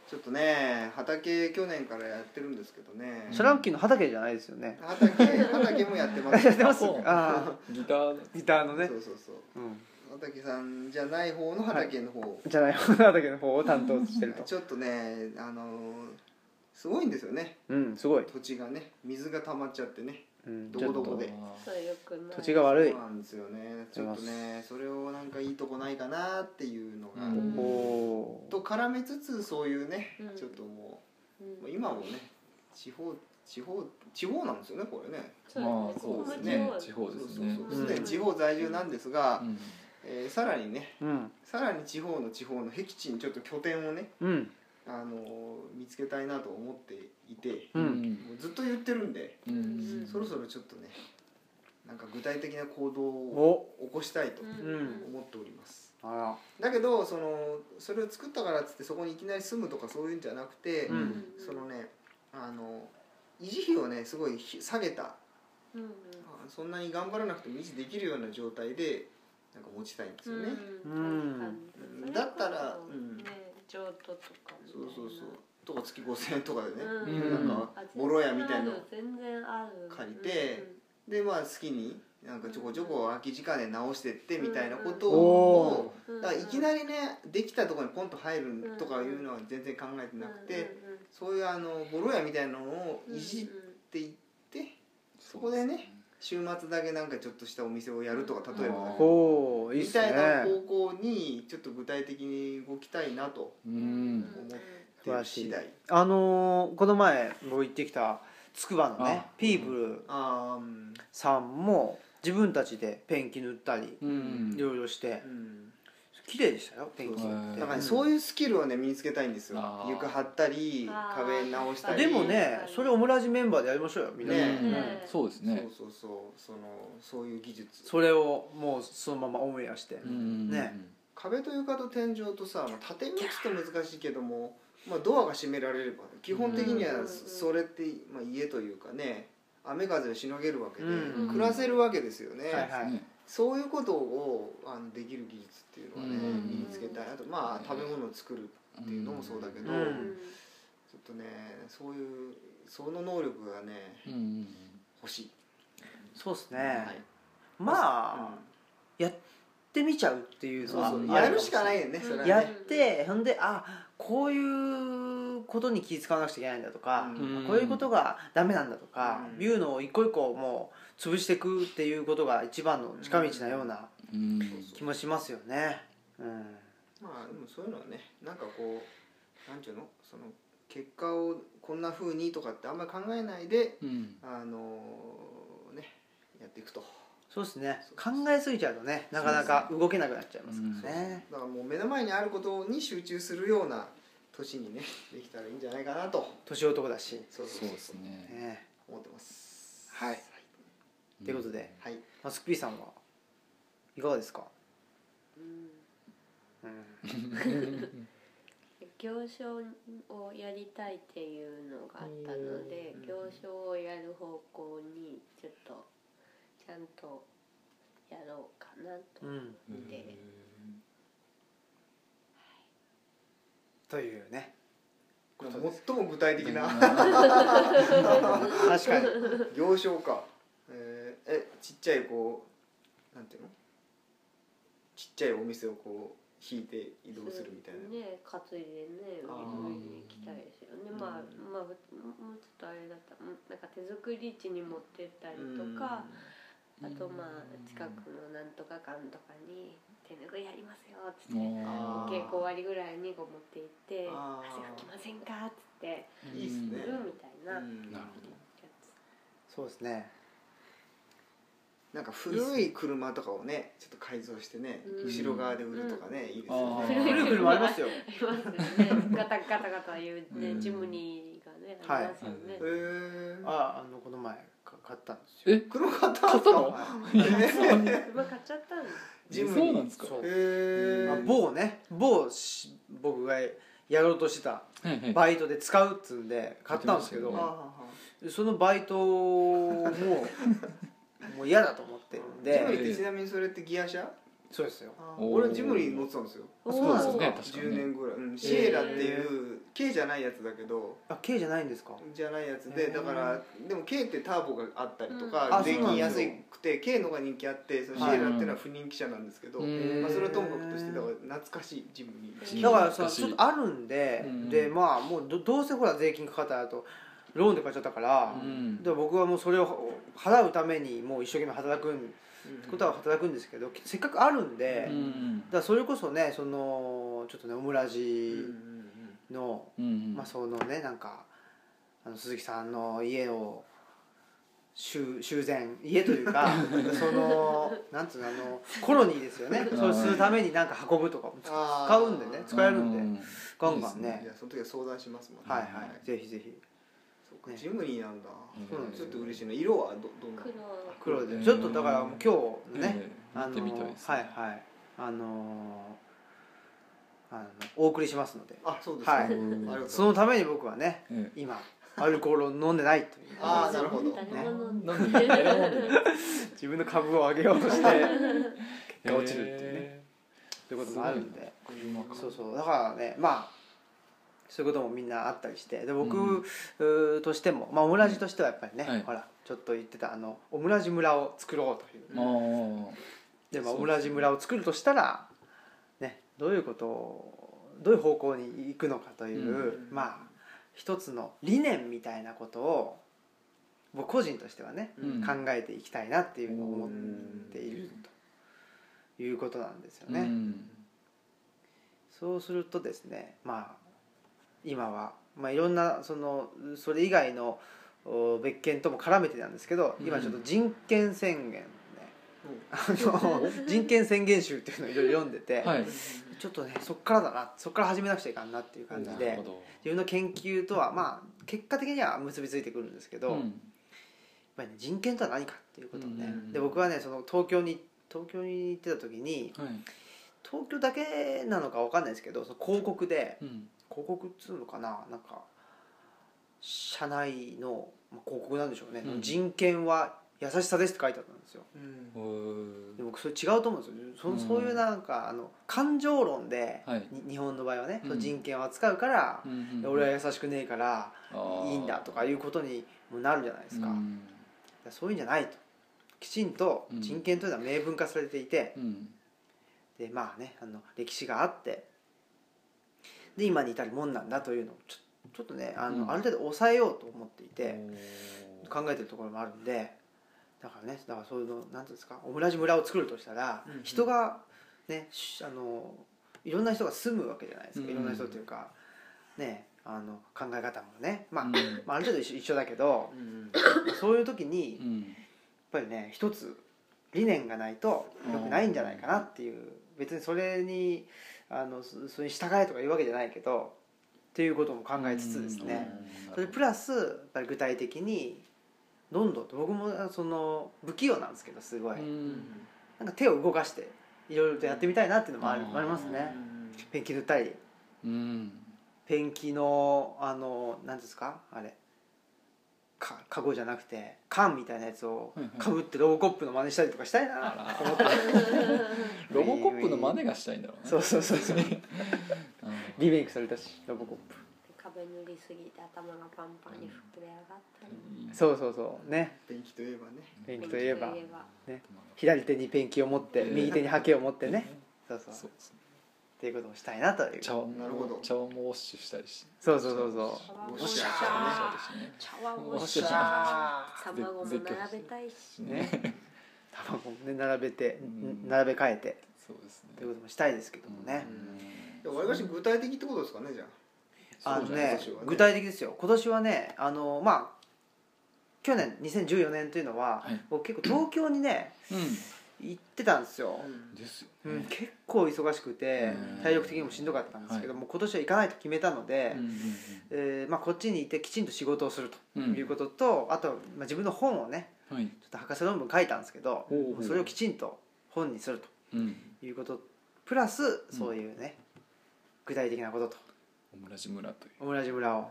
Speaker 2: ちょっとね畑去年からやってるんですけどね
Speaker 1: シャランキーの畑じゃないですよね
Speaker 2: 畑畑もやってます
Speaker 1: やってます
Speaker 3: そう
Speaker 1: あ
Speaker 3: ギター
Speaker 1: [LAUGHS] あギターのね
Speaker 2: そうそうそう
Speaker 1: うん
Speaker 2: 畑さんじゃない方の畑の方、
Speaker 1: じゃない方の畑の方を担当してると
Speaker 2: ちょっとねあのーすごいんですよね
Speaker 1: [LAUGHS] うんすごい、
Speaker 2: 土地がね水が溜まっちゃってね
Speaker 1: うん、
Speaker 2: どこどこで
Speaker 4: そうよくない
Speaker 1: 土地が悪い
Speaker 2: そうなんですよねちょっとねそれをなんかいいとこないかなっていうのが、
Speaker 3: うん
Speaker 1: おお
Speaker 2: と絡めつつそういうね、
Speaker 4: うん
Speaker 2: ちょっとも
Speaker 4: う
Speaker 2: うもうん今もね地方地方地方なんですよねこれね
Speaker 4: そう
Speaker 3: まあ
Speaker 4: ここ
Speaker 3: そう
Speaker 4: も
Speaker 3: ですね
Speaker 4: 地
Speaker 3: 地
Speaker 4: 方
Speaker 3: 方ですね
Speaker 2: そううそ
Speaker 1: う
Speaker 2: うそう
Speaker 1: ん
Speaker 2: すでに地方在住なんですが、
Speaker 3: うん
Speaker 2: えーさらにね
Speaker 1: うん
Speaker 2: さらに地方の地方の僻地にちょっと拠点をね、
Speaker 1: うん
Speaker 2: あのー見つけたいなと思っていて
Speaker 1: うん
Speaker 2: もうずっと言ってるんで
Speaker 3: うんうん
Speaker 2: そろそろちょっとねなんか具体的な行動を
Speaker 1: お
Speaker 2: 起こしたいと
Speaker 1: うん
Speaker 2: 思っております、
Speaker 1: あ
Speaker 2: だけどそのそれを作ったからっつってそこにいきなり住むとかそういうんじゃなくて、
Speaker 1: うん
Speaker 2: そのねあの維持費をねすごいひ下げた
Speaker 4: うんうん
Speaker 2: そんなに頑張らなくても維持できるような状態でなんか持ちたいんですよね、
Speaker 1: うん
Speaker 4: うん
Speaker 2: だったら
Speaker 4: それこそ
Speaker 2: うん
Speaker 4: ね譲渡とかみた
Speaker 2: そ
Speaker 4: い
Speaker 2: う
Speaker 4: な
Speaker 2: そうそうとか月5000円とかでね、
Speaker 4: うん
Speaker 2: なんか
Speaker 4: あ全然
Speaker 2: ボロ屋みたいの
Speaker 4: ある全然ある
Speaker 2: 借りてでまあ好きになんかちょこちょこ空き時間で直してってみたいなこと
Speaker 1: お
Speaker 2: を、
Speaker 4: うんうん
Speaker 2: だからいきなりねできたところにポンと入るとかいうのは全然考えてなくて、
Speaker 4: うんうん
Speaker 2: そういうあのボロ屋みたいなのを
Speaker 4: うん
Speaker 2: いじっていって、
Speaker 3: そ
Speaker 2: こでね週末だけなんかちょっとしたお店をやるとか例えばね、
Speaker 3: あー
Speaker 1: おおいいっ
Speaker 2: み
Speaker 1: すね
Speaker 2: たいな方向にちょっと具体的に動きたいなと
Speaker 3: う
Speaker 4: うん
Speaker 2: 思
Speaker 3: ん
Speaker 1: 素
Speaker 2: って
Speaker 1: 晴ら
Speaker 2: る
Speaker 1: し
Speaker 2: 次
Speaker 1: い
Speaker 2: 第
Speaker 1: あのーこの前僕行ってきた筑波のね
Speaker 3: あ
Speaker 1: ピーブル
Speaker 2: あーうん
Speaker 1: さんも自分たちでペンキ塗ったり
Speaker 3: うん
Speaker 1: いろいろして
Speaker 2: うん
Speaker 1: 綺麗でしたよペンキ
Speaker 3: そうそう
Speaker 2: だからねそう
Speaker 1: い
Speaker 2: いうスキルをね身につけたいんですよ
Speaker 3: あー
Speaker 2: 床張ったり
Speaker 4: あー
Speaker 2: 壁直したり
Speaker 1: でもねそれオムラジメンバーでやりましょうよみんなで、
Speaker 2: ね
Speaker 1: うん
Speaker 4: ね
Speaker 3: そうです
Speaker 2: そう
Speaker 3: ね
Speaker 2: そうそうそのそういう技術
Speaker 1: それをもうそのままオンエアして、
Speaker 3: うん
Speaker 1: ね
Speaker 2: 壁と床と天井とさ、まあ、縦に打つと難しいけども、まあ、ドアが閉められれば基本的に
Speaker 4: う
Speaker 2: は
Speaker 4: ん
Speaker 2: それって、まあ、家というかね雨風をしのげるわけで、
Speaker 1: うん
Speaker 2: 暮らせるわけですよね、
Speaker 1: はいはい
Speaker 3: ね
Speaker 2: そういうことをあのできる技術っていうのはね、
Speaker 3: うん
Speaker 2: 身につけたいあとまあ食べ物を作るっていうのもそうだけど、
Speaker 1: うん
Speaker 2: ちょっとねそういうその能力がね
Speaker 3: うんうん
Speaker 2: 欲しい、
Speaker 1: そうですね、
Speaker 2: はい
Speaker 1: まあ、
Speaker 2: うん
Speaker 1: やってみちゃうっていうの
Speaker 2: そう
Speaker 1: は
Speaker 2: そう
Speaker 1: あ
Speaker 2: やる
Speaker 1: かも
Speaker 2: し
Speaker 1: れな
Speaker 2: かないよねそれはね
Speaker 1: やってほんであこういうことに気づかなくちゃいけないんだとか、
Speaker 2: うん
Speaker 1: こういうことがダメなんだとか、
Speaker 2: うん
Speaker 1: いうのを一個一個もう潰していくっていうことが一番の近道なような
Speaker 3: うん
Speaker 1: 気もしますよね。うん
Speaker 2: まあでもそういうのはねなんかこうなんていうのその結果をこんな風にとかってあんまり考えないで
Speaker 3: うん
Speaker 2: あのーねやっていくと
Speaker 1: そうですね
Speaker 2: そう
Speaker 1: 考えすぎちゃうとねなかなか動けなくなっちゃいますからね
Speaker 2: だからもう目の前にあることに集中するような年にねできたらいいんじゃないかなと
Speaker 1: 年男だし、
Speaker 2: そう
Speaker 3: そ
Speaker 2: そうう
Speaker 3: で
Speaker 2: そう
Speaker 3: すね
Speaker 1: ね、
Speaker 2: 思ってます
Speaker 1: はいということで、
Speaker 2: はい
Speaker 1: マスクピーさんはいかがですか、
Speaker 4: う
Speaker 1: う
Speaker 4: ん
Speaker 1: ん、
Speaker 4: 行商をやりたいっていうのがあったので
Speaker 2: うん
Speaker 4: 行商をやる方向にちょっとちゃんとやろうかなと思って、
Speaker 1: というね
Speaker 2: これ最も具体的な
Speaker 1: 確かに
Speaker 2: 行商かえーえちっちゃいこうなんていうのちっちゃいお店をこう引いて移動するみたいな、
Speaker 4: ね担いでね
Speaker 2: あ
Speaker 3: ー
Speaker 4: 売りに行きたいですよね
Speaker 2: うん
Speaker 4: まあまあもうちょっとあれだったうんなんか手作り地に持ってったりとか、あとまあ近くのなんとか館とかに手ぬぐいやりますよっつって
Speaker 2: あー
Speaker 4: 稽古終わりぐらいにこう持って行って
Speaker 2: あ
Speaker 4: 「
Speaker 2: ー
Speaker 4: 汗かきませんか?」っつって
Speaker 2: いいっす
Speaker 4: 「う
Speaker 2: ね
Speaker 4: ん」みたいな
Speaker 2: う
Speaker 4: や
Speaker 2: ん
Speaker 3: なるほど
Speaker 4: つ
Speaker 1: そうですね
Speaker 2: なんか古い車とかをねちょっと改造してね、
Speaker 4: うん
Speaker 2: 後ろ側で売るとかね、いいです
Speaker 3: あ
Speaker 2: よ
Speaker 3: ー
Speaker 2: ね
Speaker 1: くるくるもありますよ
Speaker 4: ありますよねガタガタガタいう
Speaker 3: う
Speaker 4: ね
Speaker 3: ん
Speaker 4: ジムニーがねありますよね
Speaker 2: へー
Speaker 1: ああのこの前か買ったんですよ
Speaker 3: え
Speaker 2: 黒買ったんすか
Speaker 1: はい
Speaker 4: 車買っちゃったんです
Speaker 2: ジムに
Speaker 3: そうなんですか
Speaker 1: そう
Speaker 2: へー
Speaker 1: まあ、某ね某し僕がやろうとしてた
Speaker 3: はいはい
Speaker 1: バイトで使うっつうんで買ったんですけど、
Speaker 2: あーは
Speaker 3: は
Speaker 1: そのバイトももう嫌だと思ってるん
Speaker 2: ーはー
Speaker 1: で
Speaker 2: ジムリってちなみにそれってギア車
Speaker 1: そうですよ
Speaker 2: あー
Speaker 3: おー
Speaker 2: 俺ジムリ乗ってたんですよ
Speaker 4: おー
Speaker 3: そうですよね確か
Speaker 2: 10
Speaker 3: にね
Speaker 2: 年ぐらい、うん、シエラっていう軽じゃないやつだけど
Speaker 1: あ K じゃないんですか
Speaker 2: じゃないやつで
Speaker 1: へー
Speaker 2: だからでも K ってターボがあったりと
Speaker 4: うん
Speaker 2: か
Speaker 1: あ
Speaker 2: 税
Speaker 1: そうなん
Speaker 2: 金
Speaker 1: です
Speaker 2: 安
Speaker 1: よ
Speaker 2: くて K のが人気あってそのシエラっていうのは不人気車なんですけど、
Speaker 3: うん
Speaker 2: まあ、それはともかくとしてだから懐かしいジムに
Speaker 4: うん
Speaker 1: だからさ
Speaker 3: 難しい
Speaker 1: ちょっとあるんで、
Speaker 3: うん
Speaker 1: でまあもうどどうせほら税金かかったらとローンで買っちゃったから、
Speaker 3: うん
Speaker 1: で僕はもうそれを払うためにもう一生懸命働くんことは働くんですけどせっかくあるんで、だ
Speaker 3: う
Speaker 1: か
Speaker 3: ん
Speaker 1: らそれこそねそのちょっとねオムラ
Speaker 2: うんうん
Speaker 1: ジの、
Speaker 3: うん
Speaker 1: まあ、そのねなんかあの鈴木さんの家を修修繕家という [LAUGHS] かそのなんつうのあのコロニーですよね
Speaker 3: う
Speaker 1: [LAUGHS]
Speaker 3: ん
Speaker 1: そうするためになんか運ぶとかも使使うんでね使えるんで、
Speaker 3: うん
Speaker 1: ガンガン
Speaker 2: うんうん
Speaker 1: ね
Speaker 2: じゃあその時は相談しますもんね
Speaker 1: はいはいぜひぜひ
Speaker 2: そうか
Speaker 1: ね
Speaker 2: ジムニーなんだ、
Speaker 1: そうなんです
Speaker 2: ちょ
Speaker 1: よ
Speaker 2: っと嬉しいな色はどどんな
Speaker 4: 黒
Speaker 1: 黒
Speaker 3: う
Speaker 1: で
Speaker 3: ん
Speaker 1: ちょっとだからもう今日のね、
Speaker 3: ええ見てみたいですね
Speaker 1: はいはいあのーあのお送りしますので
Speaker 2: あそうですか、
Speaker 1: はい
Speaker 2: ありがとうございます
Speaker 1: そのために僕はね
Speaker 3: ええ
Speaker 1: 今アルコールを飲んでないという
Speaker 2: あーなるほど
Speaker 4: 誰も飲んで
Speaker 3: なんで選ばない
Speaker 1: 自分の株を上げようとして結果落ちるっていうね、
Speaker 3: え
Speaker 1: ということもあるんで
Speaker 2: 車か
Speaker 1: そうそうだからねまあそういうこともみんなあったりしてで僕、
Speaker 3: うん
Speaker 1: うーとしても、まあ、オムラジとしてはやっぱりね、
Speaker 3: はい
Speaker 1: ほらちょっと言ってたあのオムラジ村を作ろうという
Speaker 3: えも
Speaker 1: でまあオ
Speaker 3: そうですね
Speaker 1: ムラジ村を作るとしたら、ね、どういうことをどういう方向に行くのかという、
Speaker 2: うん
Speaker 1: まあ一つの理念みたいなことを僕個人としてはね、
Speaker 3: ううん
Speaker 1: 考えていきたいなっていうのを思っているということなんですよね。
Speaker 3: うん
Speaker 1: そうするとですねまあ今は、まあ、いろんなそのそれ以外のお別件とも絡めてなんですけど今ちょっと人権宣
Speaker 3: [LAUGHS]
Speaker 1: 言ね、あの人権宣言集っていうのをいろいろ読んでて、
Speaker 3: はい
Speaker 1: ちょっとねそっからだなそっから始めなくちゃいかんなっていう感じ
Speaker 3: なる
Speaker 1: で
Speaker 3: ほど
Speaker 1: 自分の研究とはまあ結果的には結びついてくるんですけど、
Speaker 3: う
Speaker 1: やっ
Speaker 3: ん
Speaker 1: ぱりね人権とは何かっていうことをね、
Speaker 3: うん
Speaker 1: で僕はねその東京に東京に行ってた時に
Speaker 3: はい
Speaker 1: 東京だけなのかわかんないですけどその広告で、
Speaker 3: うん
Speaker 1: 広告っつうのかななんか社内のまあ広告なんでしょうね、
Speaker 3: うん
Speaker 1: 人権は優しさですって書いてあったんですよ
Speaker 2: うん
Speaker 3: へ
Speaker 1: で
Speaker 3: え
Speaker 1: 僕それ違うと思うんですよそ,、
Speaker 3: うん
Speaker 1: そういうなんかあの感情論で、
Speaker 3: はい
Speaker 1: に日本の場合はね、
Speaker 3: うん
Speaker 1: その人権を扱うから、
Speaker 3: うんうん
Speaker 1: 俺は優しくねえから
Speaker 3: あー
Speaker 1: いいんだとかいうことにもなるじゃないですか,、
Speaker 3: うん
Speaker 1: そういうんじゃないときちんと
Speaker 3: うん
Speaker 1: 人権というのは明文化されていて、
Speaker 3: うん
Speaker 1: でまあねあの歴史があってで今に至るもんなんだというのをちょちょっとねあの、
Speaker 3: うん
Speaker 1: ある程度抑えようと思っていて
Speaker 3: おー
Speaker 1: 考えてるところもあるんでだからねだからそういうのなんていうんですかオムラジ村を作るとしたら、
Speaker 2: うんうん
Speaker 1: 人がねしあのいろんな人が住むわけじゃないですか、
Speaker 3: うん
Speaker 1: いろんな人というかねあの考え方もね、まあ
Speaker 3: うん
Speaker 1: まあ、ある程度一緒一緒だけど
Speaker 2: うん
Speaker 1: そういう時に
Speaker 3: う、ん
Speaker 1: やっぱりね一つ理念がないと良くないんじゃないかなっていう別にそれにあのそそれに従えとか言うわけじゃないけどっていうことも考えつつですね、それプラスやっぱり具体的にどんどんと僕もその不器用なんですけどすごい、なんか手を動かしていろいろとやってみたいなっていうのもあり,、
Speaker 3: うん
Speaker 1: ありますねペンキ塗ったり
Speaker 3: うん
Speaker 1: ペンキのあの何ですかあれかカゴじゃなくて缶みたいなやつを
Speaker 3: はいはい
Speaker 1: かぶってロボコップの真似したりとかしたいな
Speaker 3: あ
Speaker 1: と思って
Speaker 3: ロボコップの真似がしたいんだろうね
Speaker 1: そうそうそうそう
Speaker 3: うん
Speaker 1: リメイクされたしロボコッ
Speaker 4: 壁塗りすぎて頭がパンパンに膨れ上がったり
Speaker 1: プそうそうそうね
Speaker 2: ペンキといえばね
Speaker 1: ペンキといえば
Speaker 4: ペンキといえば
Speaker 1: 左手にペンキを持って右手にハケを持ってねそうそう
Speaker 3: そう
Speaker 1: っていうことをしたいなという
Speaker 3: 茶碗
Speaker 2: なるほど
Speaker 3: も茶碗もウォッシュしたりして
Speaker 1: そうそうそうそ
Speaker 4: 茶碗
Speaker 2: お
Speaker 4: も
Speaker 2: っ
Speaker 4: し
Speaker 2: し
Speaker 4: ゃ
Speaker 2: ゃ
Speaker 3: したりしてね
Speaker 4: 茶碗も
Speaker 3: おっし
Speaker 4: し
Speaker 3: ゃ
Speaker 4: ゃ
Speaker 3: ー
Speaker 4: 卵も並べたいし
Speaker 1: うね卵をね並べて、
Speaker 3: うん
Speaker 1: 並べ替えて
Speaker 3: そうですね
Speaker 1: ということもしたいですけどもね、
Speaker 2: でもわりかし具体的ってことですかねじゃあ
Speaker 1: あの
Speaker 2: そうじゃない
Speaker 1: ね
Speaker 2: 今年はね
Speaker 1: 具体的ですよ今年はねあのまあ去年2014年というのは、
Speaker 3: はい
Speaker 1: 僕結構東京にね
Speaker 3: う
Speaker 1: 行ってたんですよ、
Speaker 3: んですよ
Speaker 1: うん
Speaker 3: ね
Speaker 1: 結構忙しくて
Speaker 3: うん
Speaker 1: 体力的にもしんどかったんですけども、今年は行かないと決めたので、
Speaker 3: う
Speaker 1: えーまあ、こっちにいてきちんと仕事をすると
Speaker 3: んうんうん
Speaker 1: いうことと、あと、まあ、自分の本をね
Speaker 3: はい
Speaker 1: ちょっと博士論文書いたんですけど
Speaker 3: おうおう
Speaker 1: それをきちんと本にする
Speaker 3: うん
Speaker 1: ということプラスそういうね、具体的なことと
Speaker 3: オムラジ村という
Speaker 1: オムラジ村を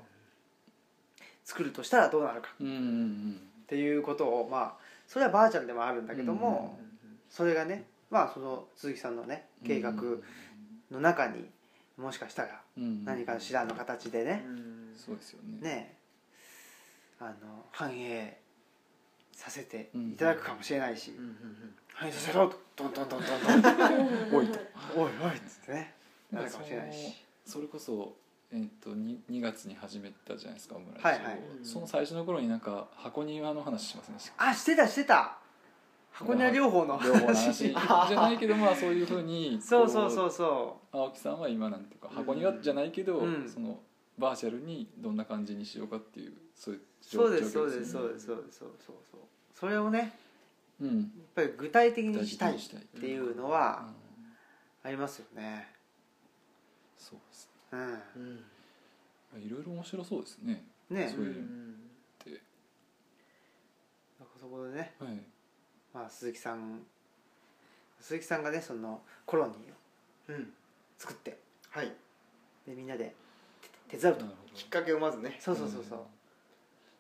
Speaker 1: 作るとしたらどうなるか
Speaker 3: うんうん
Speaker 1: っていうことをまあそれはバーチャルでもあるんだけども、それがねまあその鈴木さんのね
Speaker 3: うん
Speaker 1: 計画の中にもしかしたら
Speaker 3: うん
Speaker 1: 何かしらの形でね、
Speaker 3: そうですよね
Speaker 1: ねあの反映させていただくかもしれないし、反映させろとトントントントントン
Speaker 3: おいと
Speaker 1: [LAUGHS] おいおいっつってねな
Speaker 3: なん
Speaker 1: る
Speaker 3: か
Speaker 1: かも
Speaker 3: その
Speaker 1: しれないし
Speaker 3: それこそえっとに2月に始めたじゃないですかオムラジ
Speaker 1: はいはい
Speaker 3: をその最初の頃になんか箱庭の話しますね
Speaker 1: あしてたしてた箱根は両方の [LAUGHS]
Speaker 3: 両方の話じゃないけどまあそういうふうに
Speaker 1: そうそうそううそ
Speaker 3: 青木さんは今なんていうか箱庭じゃないけど、
Speaker 1: うん
Speaker 3: そのバーチャルにどんな感じにしようかっていうそういう
Speaker 1: う
Speaker 3: 状
Speaker 1: そ
Speaker 3: 況
Speaker 1: うですそう
Speaker 3: ね
Speaker 1: ですそうですそうですそうそうそうそれをね
Speaker 3: うん
Speaker 1: やっぱり具体的
Speaker 3: 大
Speaker 1: に
Speaker 3: 事
Speaker 1: したい
Speaker 3: に
Speaker 1: っ
Speaker 3: したい
Speaker 1: ていうの
Speaker 3: う
Speaker 1: は
Speaker 3: ん
Speaker 1: ありますよね
Speaker 3: そうです
Speaker 1: うん
Speaker 3: ねいろいろ面白そうですね
Speaker 1: ね
Speaker 3: そういうで、
Speaker 1: そこでね、
Speaker 3: はい、
Speaker 1: まあ、鈴木さん鈴木さんがねそのコロニーを作って
Speaker 2: はい
Speaker 1: でみんなで手手伝う
Speaker 3: な
Speaker 1: と
Speaker 3: るほ
Speaker 2: きっ
Speaker 3: ど
Speaker 2: かけをまずね
Speaker 1: そうそうそうそう、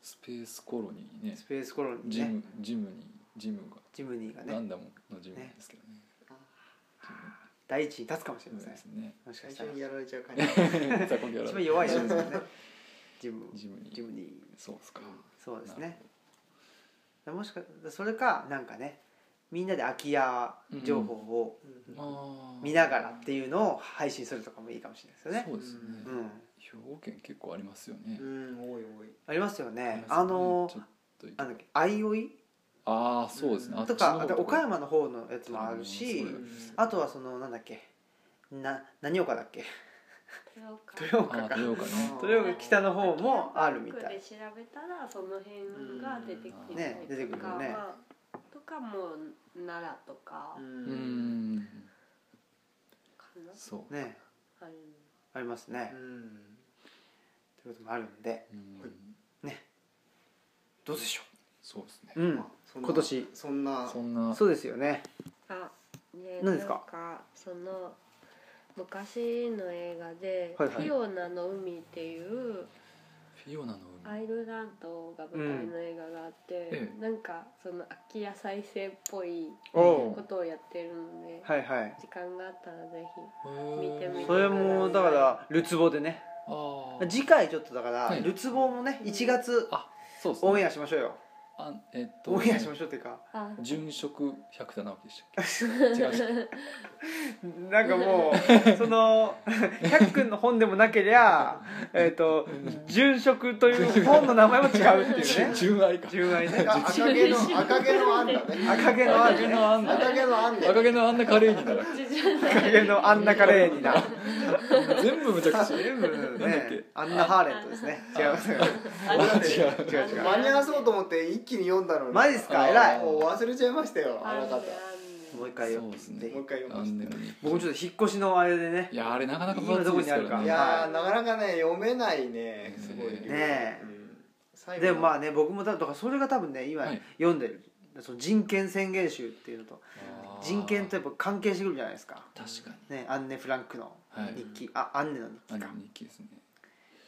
Speaker 3: スペースコロニーね
Speaker 1: スペースコロニ
Speaker 3: ジ
Speaker 1: ー
Speaker 3: ム、
Speaker 1: ね
Speaker 3: ジムにジム
Speaker 1: ジムニーが
Speaker 3: がラ
Speaker 1: ね
Speaker 3: ンダムのジムですけどね
Speaker 1: 第一に立つかもしれ
Speaker 3: ジム
Speaker 1: ま
Speaker 3: ジ
Speaker 1: せ
Speaker 3: ム
Speaker 1: ん
Speaker 3: ですね
Speaker 1: もしか
Speaker 2: 最
Speaker 1: し
Speaker 2: 初
Speaker 1: たら
Speaker 2: にやられちゃう感じ
Speaker 3: 雑魚ギャラ
Speaker 1: 一番弱いやつですよね
Speaker 3: [LAUGHS]
Speaker 1: ジム
Speaker 3: ジムに
Speaker 1: ジムニー
Speaker 3: そうですか
Speaker 1: そうです
Speaker 3: なる
Speaker 1: ねもしかそれかなんかねみんなで空き家情報を
Speaker 2: うん
Speaker 3: あー
Speaker 1: 見ながらっていうのを配信するとかもいいかもしれないですよね
Speaker 3: そうですね、
Speaker 1: う
Speaker 2: うん
Speaker 1: ん
Speaker 3: 兵庫県結構ありますよね、
Speaker 2: うん多い多い
Speaker 1: ありますよね
Speaker 3: りますよね
Speaker 1: あの
Speaker 3: ちょっとい
Speaker 1: なんだっけあいおい
Speaker 3: ああそうですね、
Speaker 2: うん
Speaker 3: あっち
Speaker 1: と
Speaker 3: の方
Speaker 1: かあと岡山の方のやつもある
Speaker 3: う
Speaker 1: し
Speaker 3: んそう
Speaker 1: あとはそのなんだっけな何岡だっけ [LAUGHS]
Speaker 4: 豊岡
Speaker 1: 豊
Speaker 3: あ
Speaker 1: 岡
Speaker 3: あ
Speaker 1: か
Speaker 3: 豊岡ね
Speaker 1: 豊岡北の方もあるみた
Speaker 4: で
Speaker 1: い
Speaker 4: 調べたらその辺が出てき
Speaker 3: う
Speaker 4: て
Speaker 3: ん
Speaker 1: ね出てくるよね
Speaker 4: まあとかも奈良とか
Speaker 3: うんうん
Speaker 4: かな、
Speaker 3: そう、
Speaker 1: ね
Speaker 4: ある
Speaker 1: ありますね
Speaker 2: うん
Speaker 1: ということもあるんで
Speaker 3: うん
Speaker 2: はい
Speaker 1: どうでしょ
Speaker 3: そうですね、
Speaker 1: ううん
Speaker 2: まあそんな
Speaker 1: 今年
Speaker 2: そんな
Speaker 3: そんな
Speaker 1: そうですよね
Speaker 4: あで
Speaker 1: 何ですか
Speaker 4: なんかその昔の映画で「
Speaker 1: はいはい
Speaker 4: フィオナの海」っていう
Speaker 3: フィオナの
Speaker 4: アイルランドが舞台の映画があって、
Speaker 3: ええ
Speaker 4: なんかその空き家再生っぽい
Speaker 1: お
Speaker 4: こ
Speaker 1: お
Speaker 4: とをやってるので、
Speaker 1: はいはい
Speaker 4: 時間があったらぜひ
Speaker 3: 海
Speaker 4: 見てみて
Speaker 1: それもだからるつぼでね
Speaker 3: あー
Speaker 1: 次回ちょっとだから
Speaker 3: はい
Speaker 1: るつぼもね1月
Speaker 3: あそうです
Speaker 1: オン
Speaker 3: ね
Speaker 1: エアしましょうよ
Speaker 3: あえっと
Speaker 1: オンエアしましょうっていうか
Speaker 4: あ
Speaker 3: 純食百田直樹でしたっ
Speaker 1: [LAUGHS]
Speaker 3: け違いました
Speaker 1: なんかもうその百君の本でもなけりゃえっ、と殉職という本の名前も違うっていうね
Speaker 3: 純愛か
Speaker 1: 純愛ね
Speaker 2: あ赤毛の赤毛のあんだね
Speaker 1: 赤毛のあ
Speaker 3: 赤
Speaker 1: る
Speaker 3: 毛
Speaker 1: ね
Speaker 3: のあんな
Speaker 2: 赤毛のあんだ
Speaker 3: 赤毛のあんなカレーになら
Speaker 1: 赤毛のあんなカレーにな
Speaker 3: 全部むちゃくちゃ
Speaker 1: 全部
Speaker 3: なんだっけ
Speaker 1: ねアンナ・ハーレントですね違いますよ
Speaker 3: あ違う
Speaker 1: 違う違う
Speaker 2: 間に合わそうと思って一気に読んだのに
Speaker 1: マジっすか
Speaker 3: あー
Speaker 1: 偉い
Speaker 2: もう忘れちゃいましたよあ
Speaker 4: ある
Speaker 2: な
Speaker 4: ね
Speaker 2: た
Speaker 4: あるね
Speaker 1: もう一回よ
Speaker 3: そうですね
Speaker 1: ぜひ
Speaker 2: もう一回読
Speaker 3: あ
Speaker 2: ま
Speaker 3: ん
Speaker 2: せ
Speaker 3: で
Speaker 2: て
Speaker 3: もね
Speaker 1: 僕もちょっと引っ越しのあれでね
Speaker 3: いやあれなかなか分
Speaker 1: 今ど
Speaker 3: 厚
Speaker 1: こ
Speaker 3: いで
Speaker 1: に
Speaker 3: す
Speaker 1: あ
Speaker 3: か
Speaker 1: るから
Speaker 2: い
Speaker 3: ね
Speaker 2: やーなかなかね読めないねすごい量
Speaker 1: ねえ
Speaker 2: うん最後
Speaker 1: でもまあね僕もだだからそれが多分ね今
Speaker 3: はい
Speaker 1: 読んでる、その人権宣言集っていうのと
Speaker 3: あー
Speaker 1: 人権とやっぱ関係してくるじゃないですか、
Speaker 3: 確かに
Speaker 1: ね、アンネ・フランクの
Speaker 3: はい
Speaker 1: 日記、あアンネの日記
Speaker 3: あの
Speaker 1: か、
Speaker 3: 日記ですね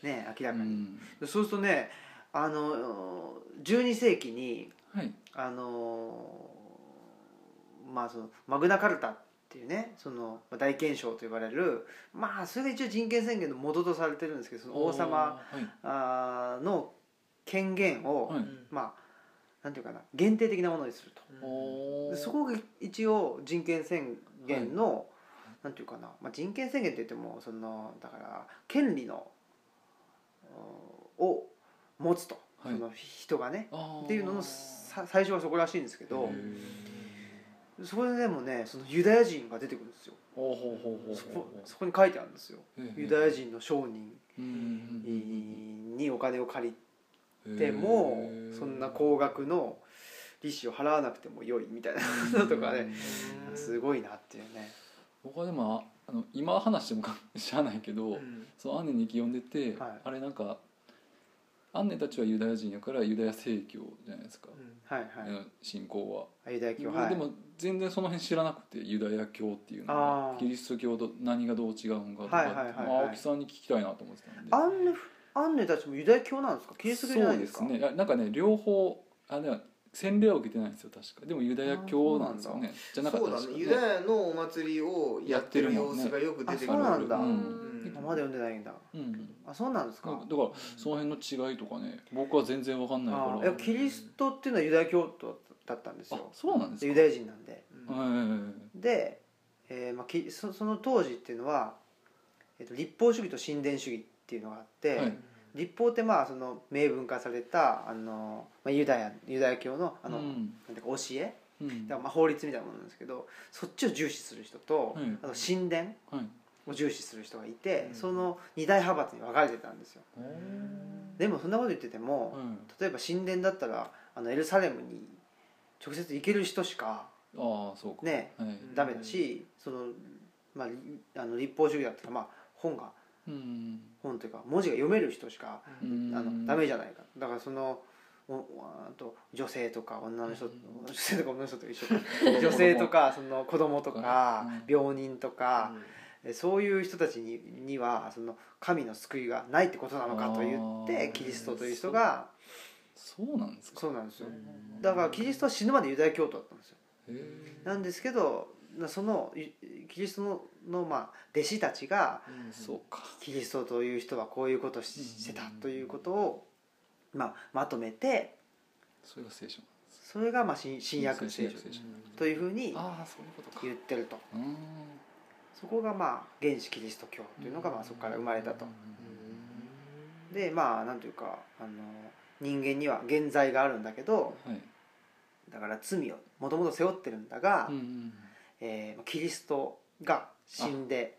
Speaker 1: ね明
Speaker 3: う
Speaker 1: らかに、
Speaker 3: ん
Speaker 1: そうするとねあの12世紀に
Speaker 3: はい
Speaker 1: あのまあそのマグナカルタっていうねそのまあ大憲章と呼ばれるまあそれが一応人権宣言の元とされてるんですけどその王様
Speaker 3: おー
Speaker 1: あーの権限を、
Speaker 3: はいはい
Speaker 1: まあなんていうかな限定的なものにすると。
Speaker 3: おー
Speaker 1: でそこが一応人権宣言の、なんていうかな、まあ、人権宣言って言ってもそのだから権利のうんを持つと、
Speaker 3: はい
Speaker 1: その人がね
Speaker 3: あー
Speaker 1: っていうののさ最初はそこらしいんですけど
Speaker 3: へ
Speaker 1: そこででもねそのユダヤ人が出てくるんですよ
Speaker 3: おーほうほうほう
Speaker 1: そこ
Speaker 3: ほう
Speaker 1: そこに書いてあるんですよ
Speaker 3: へー
Speaker 1: ユダヤ人の商人
Speaker 3: うんうん
Speaker 1: にお金を借
Speaker 3: うんう
Speaker 1: りて
Speaker 3: ん
Speaker 1: も
Speaker 3: へー
Speaker 1: そんな高額の利子を払わなくても良いみたいなのとかね
Speaker 2: うん
Speaker 1: すごいなっていうね
Speaker 3: 僕はでもああの今話してもか知らないけど、
Speaker 2: うん
Speaker 3: そのアンネ日記読んでて、
Speaker 1: はい
Speaker 3: あれなんかアンネたちはユダヤ人やからユダヤ正教じゃないですか、
Speaker 1: はいはい
Speaker 3: うん信仰は、
Speaker 1: あユダヤ教
Speaker 3: 僕
Speaker 1: はい
Speaker 3: でも全然その辺知らなくてユダヤ教っていうの
Speaker 1: あ
Speaker 3: は
Speaker 1: ー
Speaker 3: キリスト教と何がどう違うのかとか、
Speaker 1: はいはいはいはい
Speaker 3: まあ青木さんに聞きたいなと思ってたんで
Speaker 1: アンネアンネたちもユダヤ教なんですかキリスト教じゃないですか
Speaker 3: そうですねいやなんかね両方あでも洗礼は受けてないんですよ確かでもユダヤ教なんですよねじゃなかっ
Speaker 2: そ
Speaker 3: た
Speaker 2: うだ
Speaker 3: 確
Speaker 2: ね
Speaker 3: か
Speaker 2: ユダヤのお祭りをやってる様子がよく出てく
Speaker 1: あそ
Speaker 2: る
Speaker 1: うなんだ
Speaker 3: う
Speaker 4: うんん
Speaker 1: あまだ読んでないんだ
Speaker 3: うん
Speaker 1: あそうなんです
Speaker 3: な
Speaker 1: か
Speaker 3: んかだからその辺の違いとかね僕は全然わかんないか
Speaker 1: あい
Speaker 3: ら
Speaker 1: やキリストっていうのはユダヤ教徒だったんです
Speaker 3: あ
Speaker 1: よ
Speaker 3: そうなんです
Speaker 1: で
Speaker 3: か
Speaker 1: ユダヤ人なんで
Speaker 2: うん
Speaker 3: はいはいはいはい
Speaker 1: で、えーまあ、きそその当時っていうのは、えっと立法主義と神殿主義っていうのがあって、
Speaker 3: はい
Speaker 1: 立法ってまあその明文化されたあの、まあ、ユダヤユダヤ教のあの、
Speaker 3: う
Speaker 1: なん
Speaker 3: ん
Speaker 1: ていうか教え
Speaker 3: うん
Speaker 1: だからまあ法律みたいなものなんですけどそっちを重視する人と、
Speaker 3: うん
Speaker 1: あと神殿
Speaker 3: はい
Speaker 1: を重視する人がいて、
Speaker 2: うん
Speaker 1: その二大派閥に分かれてたんですよ
Speaker 3: おー
Speaker 1: でもそんなこと言ってても、
Speaker 3: うん
Speaker 1: 例えば神殿だったらあのエルサレムに直接行ける人しか
Speaker 3: ああそうか
Speaker 1: ね
Speaker 3: はい
Speaker 1: ダメだし、そのまあ、りあの立法主義だったら、まあ、本が
Speaker 3: うん
Speaker 1: 本というか文字が読める人しか
Speaker 3: う
Speaker 1: あ
Speaker 3: ん
Speaker 1: のダメじゃないかだからそのおおあと女性とか女の人、女性とか女の人と一緒か [LAUGHS] 女性とかその子供とか
Speaker 3: うん
Speaker 1: 病人とか、
Speaker 2: うん
Speaker 1: えそういう人たちににはその神の救いがないってことなのかと言っ
Speaker 3: あ
Speaker 1: て
Speaker 3: ー
Speaker 1: キリストという人が
Speaker 3: そうなんですか
Speaker 1: そうなんですよ
Speaker 2: うん
Speaker 1: だからキリストは死ぬまでユダヤ教徒だったんですよ
Speaker 3: へえ
Speaker 1: なんですけどなそのいキリストのの、まあ、弟子たちが
Speaker 2: うん
Speaker 3: そうか
Speaker 1: キリストという人はこういうことをし
Speaker 3: うん
Speaker 1: してたということを、まあ、まとめて
Speaker 3: それが聖書
Speaker 1: それがまあ新新約聖書
Speaker 3: 聖書
Speaker 1: というふうに
Speaker 3: ああそういうことか
Speaker 1: 言ってると
Speaker 3: うん
Speaker 1: そこがまあ原始キリスト教というのがまあそこから生まれたと
Speaker 3: うん
Speaker 1: でまあなんというかあの人間には原罪があるんだけど
Speaker 3: はい
Speaker 1: だから罪をもともと背負ってるんだが、
Speaker 3: うんうん
Speaker 1: えーキリストが死んで、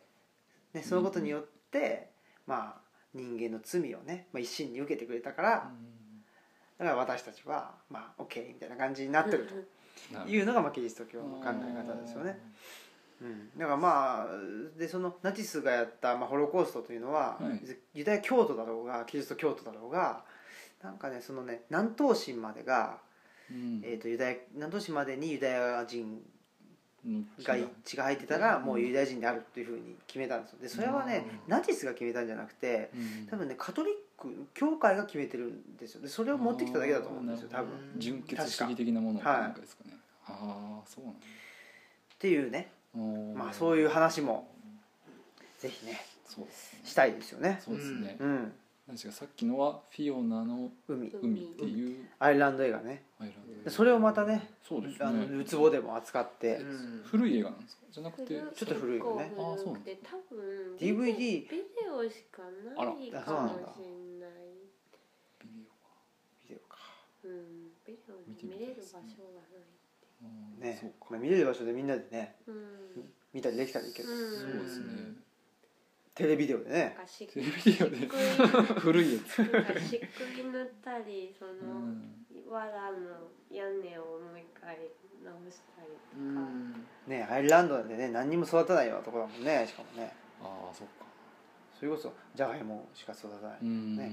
Speaker 1: ね、そのことによって、まあ、人間の罪をね、まあ、一身に受けてくれたからだから私たちは、まあ、OK みたいな感じになってる
Speaker 3: な
Speaker 1: と
Speaker 3: る
Speaker 1: いうのが、まあ、キリスト教の考え方ですよね。うん、だからまあでそのナチスがやった、まあ、ホロコーストというのは、
Speaker 3: はい
Speaker 1: ユダヤ教徒だろうがキリスト教徒だろうがなんかねそのね南東神までが、
Speaker 3: うん
Speaker 1: えー、とユダヤ南東神までにユダヤ人
Speaker 3: うん
Speaker 1: が
Speaker 3: 違う
Speaker 1: 血が入ってたらもうユダヤ人であるっていうふうに決めたんですよでそれはねナチスが決めたんじゃなくて
Speaker 3: うん
Speaker 1: 多分ねカトリック教会が決めてるんですよでそれを持ってきただけだと思うんですよ
Speaker 3: あー
Speaker 1: 多分っ
Speaker 2: なるほど
Speaker 3: 純血主義的なもの
Speaker 1: 確か
Speaker 3: なんかですかねああそうなんだ
Speaker 1: ていうね
Speaker 3: おー
Speaker 1: まあそういう話もぜひね
Speaker 3: そうですね
Speaker 1: したいですよね
Speaker 3: そうですね
Speaker 1: うん
Speaker 3: 何ですかさっきのはフィオナの
Speaker 1: 海
Speaker 3: 海っていう
Speaker 1: アイルランド映画ね
Speaker 3: アイランド
Speaker 1: でそれをまたね
Speaker 3: そうです
Speaker 1: あの
Speaker 3: ね
Speaker 1: るつぼでも扱って
Speaker 2: うん
Speaker 3: 古い映画なんですかじゃなくて
Speaker 1: ちょっと古いよね
Speaker 4: あ
Speaker 3: あそう
Speaker 4: そ
Speaker 3: な
Speaker 4: うんで多分
Speaker 1: DVD
Speaker 4: ビデオしかないかもしれ
Speaker 1: あらあそうなんだ
Speaker 4: ない。
Speaker 3: ビデ
Speaker 1: ビデオか
Speaker 4: うん、ビデオで見れる場所がない。
Speaker 3: オうん
Speaker 1: ね
Speaker 3: そうか
Speaker 1: まあ見れる場所でみんなでね
Speaker 4: うん、
Speaker 1: 見たりできたらいいけどっ
Speaker 4: うん
Speaker 3: そうですね
Speaker 1: テレビデオで
Speaker 4: なん
Speaker 1: ね
Speaker 4: か漆
Speaker 1: [LAUGHS]
Speaker 3: テレビデオで
Speaker 4: 漆
Speaker 3: 古いやつ、
Speaker 4: 喰いなんか漆喰塗ったりそうの、
Speaker 3: ん、
Speaker 4: わらの屋根をもう一回直したりと
Speaker 2: う
Speaker 4: か、
Speaker 2: ん
Speaker 1: ねアイルランドでね何にも育たないようなところだもんねしかもね
Speaker 3: ああそっか
Speaker 1: それこそじゃがいもしか育たないと
Speaker 3: うん、
Speaker 1: ね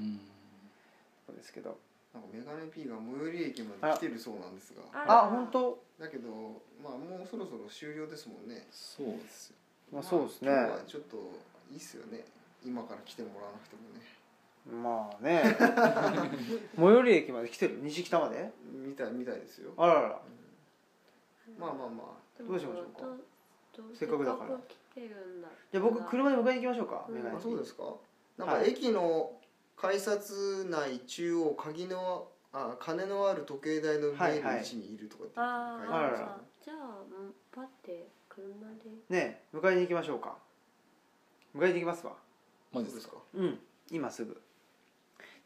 Speaker 1: こですけど
Speaker 2: なんかメガネ P が最寄り駅まで来てるそうなんですが
Speaker 4: あ
Speaker 1: あ本当
Speaker 2: だけどまあもうそろそろ終了ですもんね
Speaker 3: そうですよ
Speaker 1: まあそうですね
Speaker 2: 今日はちょっといいっすよね今から来てもらわなくてもね
Speaker 1: まあね最寄り駅まで来てる西北まで
Speaker 2: みたいみたいですよ
Speaker 1: あららら
Speaker 2: まあまあまあ
Speaker 4: でも
Speaker 1: どうしましょうか
Speaker 4: どどう
Speaker 1: せっかくだから
Speaker 4: せっ来てるんだ
Speaker 1: じゃあ僕車で迎えに行きましょうか、
Speaker 4: うん
Speaker 1: メガネ
Speaker 2: あそうですかなん
Speaker 1: は
Speaker 2: か
Speaker 1: い
Speaker 2: 駅の改札内中央鍵のあ金のある時計台の見える位置にいるとかって書いて
Speaker 4: あー
Speaker 1: あら
Speaker 2: ま
Speaker 1: ら
Speaker 2: すね
Speaker 4: じゃあうんパって車で
Speaker 1: ねえ迎えに行きましょうか迎えに行きますわ
Speaker 3: マジ
Speaker 2: そう
Speaker 3: で
Speaker 2: ですす
Speaker 3: か
Speaker 2: か
Speaker 1: うん今すぐ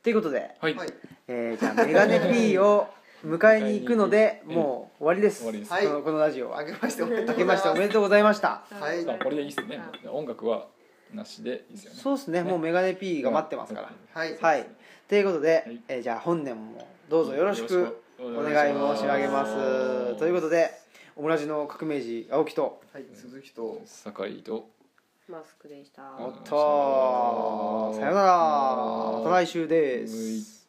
Speaker 1: ということで、
Speaker 3: はい、
Speaker 2: はい
Speaker 1: えー、じゃあメガネ P を迎えに行くので
Speaker 3: 迎えに行く
Speaker 1: もう終わりです
Speaker 3: 終わりです
Speaker 1: このこのラジオは
Speaker 2: あけましておめでと
Speaker 1: 明
Speaker 2: う
Speaker 1: けま
Speaker 2: ござい
Speaker 1: してお
Speaker 2: ます
Speaker 1: めでとうございました
Speaker 2: はい
Speaker 3: まあこれでいいっすね
Speaker 4: あ
Speaker 3: 音楽はなしでいいっすよね
Speaker 1: そうですねもうメガネ P が待ってますから
Speaker 2: はい
Speaker 1: はいということで、
Speaker 3: はい
Speaker 1: えーじゃあ本年もどうぞよろしく
Speaker 3: お
Speaker 1: お願い申し上げま
Speaker 2: お願い
Speaker 1: すということでオムラジの革命児青木と
Speaker 2: はい鈴木と
Speaker 3: 酒井と
Speaker 4: マスクでした
Speaker 1: おっ
Speaker 3: お
Speaker 1: と
Speaker 3: 願いします
Speaker 1: さよならまた来週です
Speaker 3: うい